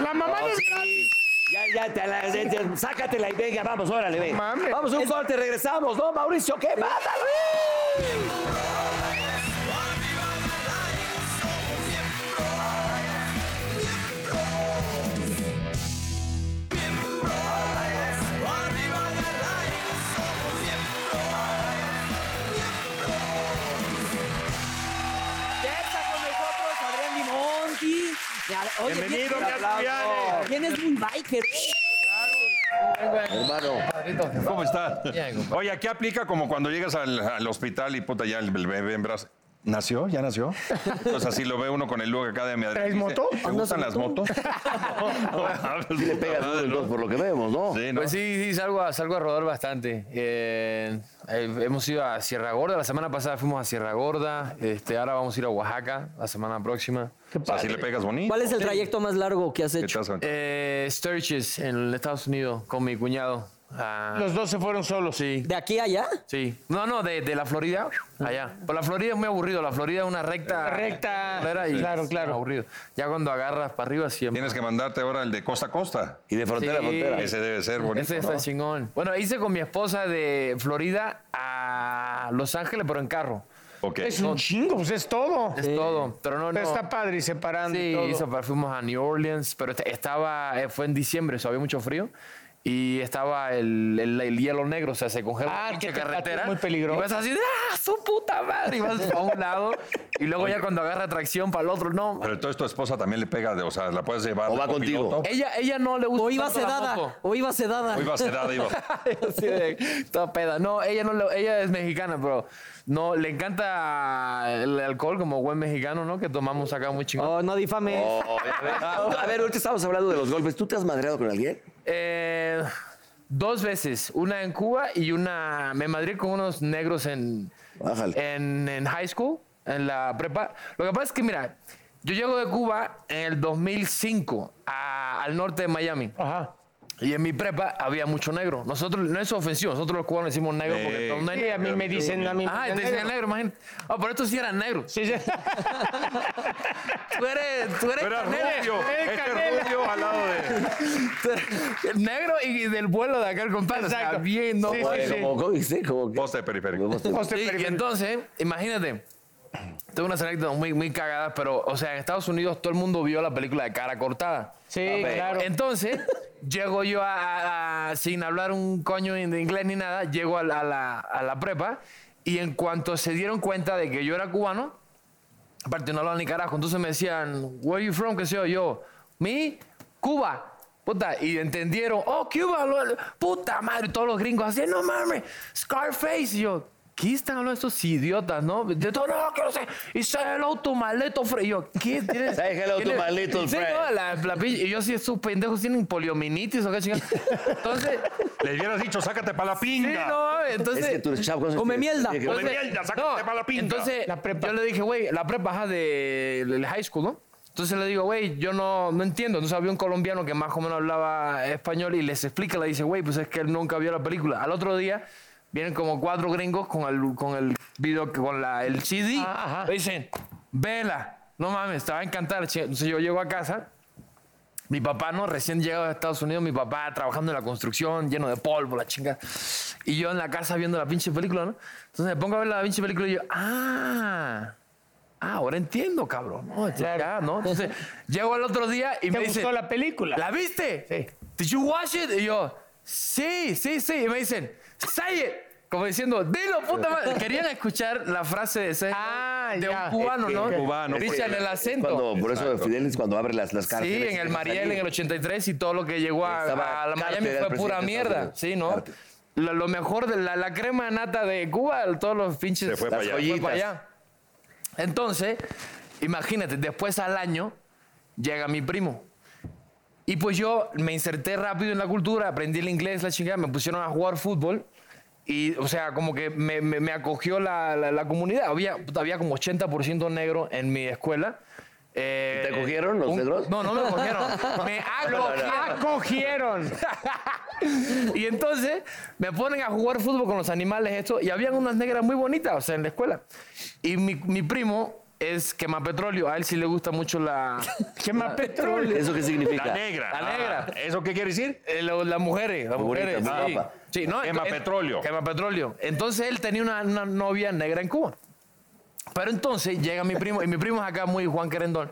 [SPEAKER 4] La mamá
[SPEAKER 3] No,
[SPEAKER 4] de...
[SPEAKER 3] sí. Ya, ya, te la, te- te- sácatela y venga, vamos, órale, ven.
[SPEAKER 4] Mames.
[SPEAKER 3] Vamos un corte, regresamos, ¿no, Mauricio? ¿Qué pasa,
[SPEAKER 1] Ya está con nosotros Adrián Limonti. Ya, oye,
[SPEAKER 2] Bienvenido,
[SPEAKER 1] vienes-
[SPEAKER 2] Castrianes.
[SPEAKER 1] Vienes muy biker. ¿eh?
[SPEAKER 2] ¿Cómo está? Oye, aquí aplica como cuando llegas al, al hospital y puta, ya el bebé en brazos. ¿Nació? ¿Ya nació? Entonces así lo ve uno con el look acá de mi
[SPEAKER 4] ¿Traes
[SPEAKER 2] dice,
[SPEAKER 4] moto?
[SPEAKER 2] ¿Te gustan las motos?
[SPEAKER 3] *laughs* Sí le pegas duro, entonces, por lo que vemos, ¿no?
[SPEAKER 2] Sí, ¿no?
[SPEAKER 5] Pues sí, sí, salgo a, salgo a rodar bastante. Eh, eh, hemos ido a Sierra Gorda, la semana pasada fuimos a Sierra Gorda, este, ahora vamos a ir a Oaxaca la semana próxima.
[SPEAKER 2] O sea, así le pegas bonito.
[SPEAKER 1] ¿Cuál es el trayecto más largo que has
[SPEAKER 2] ¿Qué
[SPEAKER 1] hecho?
[SPEAKER 2] estás aventando?
[SPEAKER 5] Eh, Sturgis, en Estados Unidos, con mi cuñado. Ah,
[SPEAKER 4] Los dos se fueron solos.
[SPEAKER 5] sí,
[SPEAKER 1] ¿De aquí a allá?
[SPEAKER 5] sí. No, no, de, de la Florida, allá. Por la Florida es muy aburrido, la Florida es una recta.
[SPEAKER 4] Recta.
[SPEAKER 5] Claro,
[SPEAKER 4] Claro, claro.
[SPEAKER 5] Aburrido. Ya cuando agarras para arriba siempre.
[SPEAKER 2] Tienes que mandarte ahora el de costa a costa.
[SPEAKER 3] Y de frontera a
[SPEAKER 5] Sí.
[SPEAKER 3] frontera.
[SPEAKER 2] Ese debe ser bonito.
[SPEAKER 5] Ese está
[SPEAKER 2] ¿no?
[SPEAKER 5] chingón. Bueno, hice con mi esposa de Florida a Los Ángeles, pero en carro.
[SPEAKER 2] Ok.
[SPEAKER 4] Es un chingo, pues es todo.
[SPEAKER 5] Es todo. Pero no, no.
[SPEAKER 4] Pero está padre y separando y
[SPEAKER 5] Sí,
[SPEAKER 4] todo.
[SPEAKER 5] hizo para- fuimos a New Orleans, pero est- estaba, eh, fue en diciembre, o sea, había mucho frío. Y estaba el, el- el hielo negro, o sea, se congela
[SPEAKER 4] Ah,
[SPEAKER 5] la pinche
[SPEAKER 4] que te-
[SPEAKER 5] carretera.
[SPEAKER 4] muy peligroso.
[SPEAKER 5] Y vas así, ¡ah, su puta madre! Y vas a un lado. Y luego ya cuando agarra tracción para el otro, no.
[SPEAKER 2] Pero entonces tu esposa también le pega, de- o sea, la puedes llevar.
[SPEAKER 3] O
[SPEAKER 2] de
[SPEAKER 3] va contigo.
[SPEAKER 2] copiloto.
[SPEAKER 5] Ella, ella no le gusta
[SPEAKER 1] O iba
[SPEAKER 5] tanto la moto. *laughs*
[SPEAKER 1] sedada. O iba sedada.
[SPEAKER 2] Hoy va sedada, iba.
[SPEAKER 5] Así de, toda peda. No, ella no lo- ella es mexicana, pero no le encanta el alcohol como buen mexicano, ¿no? Que tomamos acá muy
[SPEAKER 1] *laughs*
[SPEAKER 5] chingón.
[SPEAKER 1] Oh, no difames.
[SPEAKER 3] Oh, a ver, *laughs* a ver, ahorita estamos hablando de los golpes. ¿Tú te has madreado con alguien?
[SPEAKER 5] Eh, dos veces, una en Cuba y una me madré con unos negros en
[SPEAKER 3] Bájale.
[SPEAKER 5] en, en high school, en la prepa. Lo que pasa es que mira, yo llego de Cuba en el 2005 a- al norte de Miami.
[SPEAKER 4] Ajá.
[SPEAKER 5] Y en mi prepa había mucho negro. Nosotros, no es ofensivo, nosotros los cubanos decimos negro porque
[SPEAKER 2] Eh,
[SPEAKER 5] todo no hay
[SPEAKER 4] Sí, a mí me dicen a mí.
[SPEAKER 5] Ah, te decían negro, imagínate. Ah, pero estos sí eran negros. *laughs*
[SPEAKER 4] Sí, sí.
[SPEAKER 5] Tú eres, tú eres,
[SPEAKER 2] Pero
[SPEAKER 5] canela.
[SPEAKER 2] era rubio.
[SPEAKER 4] eh,
[SPEAKER 2] Este
[SPEAKER 4] canela.
[SPEAKER 2] es rubio al lado de.
[SPEAKER 5] *laughs* Tú eres negro y del vuelo de aquel compadre. O sea,
[SPEAKER 4] Exacto.
[SPEAKER 5] bien, no
[SPEAKER 4] Sí, sí,
[SPEAKER 5] puedes.
[SPEAKER 4] sí.
[SPEAKER 5] Pues,
[SPEAKER 3] Como, ¿cómo dijiste? Como que-
[SPEAKER 2] Poste periférico.
[SPEAKER 4] Hostia,
[SPEAKER 5] Sí,
[SPEAKER 4] pero-
[SPEAKER 5] y entonces, imagínate, Tengo unas anécdotas muy, muy cagadas, pero, o sea, en Estados Unidos todo el mundo vio la película de cara cortada.
[SPEAKER 6] Sí, claro.
[SPEAKER 5] Entonces, llego yo a, a- a- sin hablar un coño de inglés ni nada, llego a la, a la- a la prepa y en cuanto se dieron cuenta de que yo era cubano, aparte no hablaba ni carajo, entonces me decían, where you from, qué sé yo, yo, me, Cuba. Puta, y entendieron, oh, Cuba, lo- lo- puta madre, todos los gringos así, no mames, Scarface, y yo, ¿qué están hablando estos idiotas, no? De todo, no, que no sé, y say hello to my little friend, Y yo, ¿qué tienes?
[SPEAKER 6] Say hello to
[SPEAKER 5] tienes-
[SPEAKER 6] my little
[SPEAKER 5] Sí, no,
[SPEAKER 6] friend.
[SPEAKER 5] la, la pinche- y yo sí, estos pendejos tienen poliomielitis o qué chingada. Entonces,
[SPEAKER 2] Le hubieras dicho, sácate para la
[SPEAKER 5] sí,
[SPEAKER 2] pinga.
[SPEAKER 5] no mames, entonces...
[SPEAKER 3] Es que tú eres chavo. ¿cómo se
[SPEAKER 1] Come
[SPEAKER 3] dice?
[SPEAKER 1] mierda.
[SPEAKER 3] Sí, que-
[SPEAKER 2] Come mierda, sácate pa' la pinga.
[SPEAKER 5] Entonces, yo le dije, güey, la prepa ajá, de- del high school, ¿no? Entonces le digo, güey, yo no, no entiendo. Entonces había un colombiano que más o menos hablaba español y les explica, le dice, güey, pues es que él nunca vio la película. Al otro día vienen como cuatro gringos con el, con el video, con la, el CD. Le dicen, vela, no mames, estaba encantada. la chingada. Entonces yo llego a casa, mi papá, ¿no? Recién llegado a Estados Unidos, mi papá trabajando en la construcción, lleno de polvo, la chinga. Y yo en la casa viendo la pinche película, ¿no? Entonces me pongo a ver la pinche película y yo, ah, ah ahora entiendo, cabrón. No, Ya, ¿no? Entonces llego al otro día y me
[SPEAKER 4] ¿Te
[SPEAKER 5] dice,
[SPEAKER 4] gustó la película?
[SPEAKER 5] ¿la viste?
[SPEAKER 4] Sí.
[SPEAKER 5] Did you watch it? Y yo, sí, sí, sí. Y me dicen, say it. Como diciendo, dilo,
[SPEAKER 4] *laughs*
[SPEAKER 5] puta madre. Querían escuchar la frase de ese,
[SPEAKER 4] Ah,
[SPEAKER 5] de
[SPEAKER 4] ya.
[SPEAKER 5] un cubano, ¿no?
[SPEAKER 2] cubano,
[SPEAKER 5] Dicha
[SPEAKER 4] pues.
[SPEAKER 5] en el acento.
[SPEAKER 3] Cuando, por eso Fidel es cuando abre las, las cartas.
[SPEAKER 5] Sí, en el Mariel, en el 83 y todo lo que llegó a,
[SPEAKER 3] Estaba
[SPEAKER 5] a la
[SPEAKER 3] Carter,
[SPEAKER 5] Miami
[SPEAKER 3] era el
[SPEAKER 5] fue
[SPEAKER 3] presidente
[SPEAKER 5] pura
[SPEAKER 3] de
[SPEAKER 5] mierda.
[SPEAKER 3] Estados Unidos.
[SPEAKER 5] Sí, ¿no?
[SPEAKER 3] Carter.
[SPEAKER 5] Lo, lo mejor de la, la crema de nata de Cuba, todos los pinches.
[SPEAKER 2] Se fue para allá.
[SPEAKER 5] fue para allá. Entonces, imagínate, después al año llega mi primo. Y pues yo me inserté rápido en la cultura, aprendí el inglés, la chingada, me pusieron a jugar fútbol. Y, o sea, como que me, me- me acogió la, la- la comunidad. Había, puta, había como 80% negro en mi escuela. Eh,
[SPEAKER 3] ¿Te acogieron los negros?
[SPEAKER 5] *laughs* No, no me acogieron. me acogieron. *laughs*
[SPEAKER 4] Acogieron.
[SPEAKER 5] y entonces me ponen a jugar fútbol con los animales esto y habían unas negras muy bonitas, o sea, en la escuela. Y mi, mi primo es quema petróleo, a él sí le gusta mucho la
[SPEAKER 4] Quema petróleo.
[SPEAKER 3] ¿Eso qué significa?
[SPEAKER 2] La negra. Ah,
[SPEAKER 5] La negra.
[SPEAKER 2] ¿Eso qué quiere decir?
[SPEAKER 5] eh, lo- las mujeres, las
[SPEAKER 3] Muy bonita,
[SPEAKER 5] mujeres,
[SPEAKER 3] muy
[SPEAKER 5] sí.
[SPEAKER 3] guapa.
[SPEAKER 5] Sí, no,
[SPEAKER 2] Quema
[SPEAKER 5] eh,
[SPEAKER 2] petróleo.
[SPEAKER 5] Quema petróleo. Entonces él tenía una, una novia negra en Cuba. Pero entonces llega mi primo y mi primo es acá muy Juan Querendón.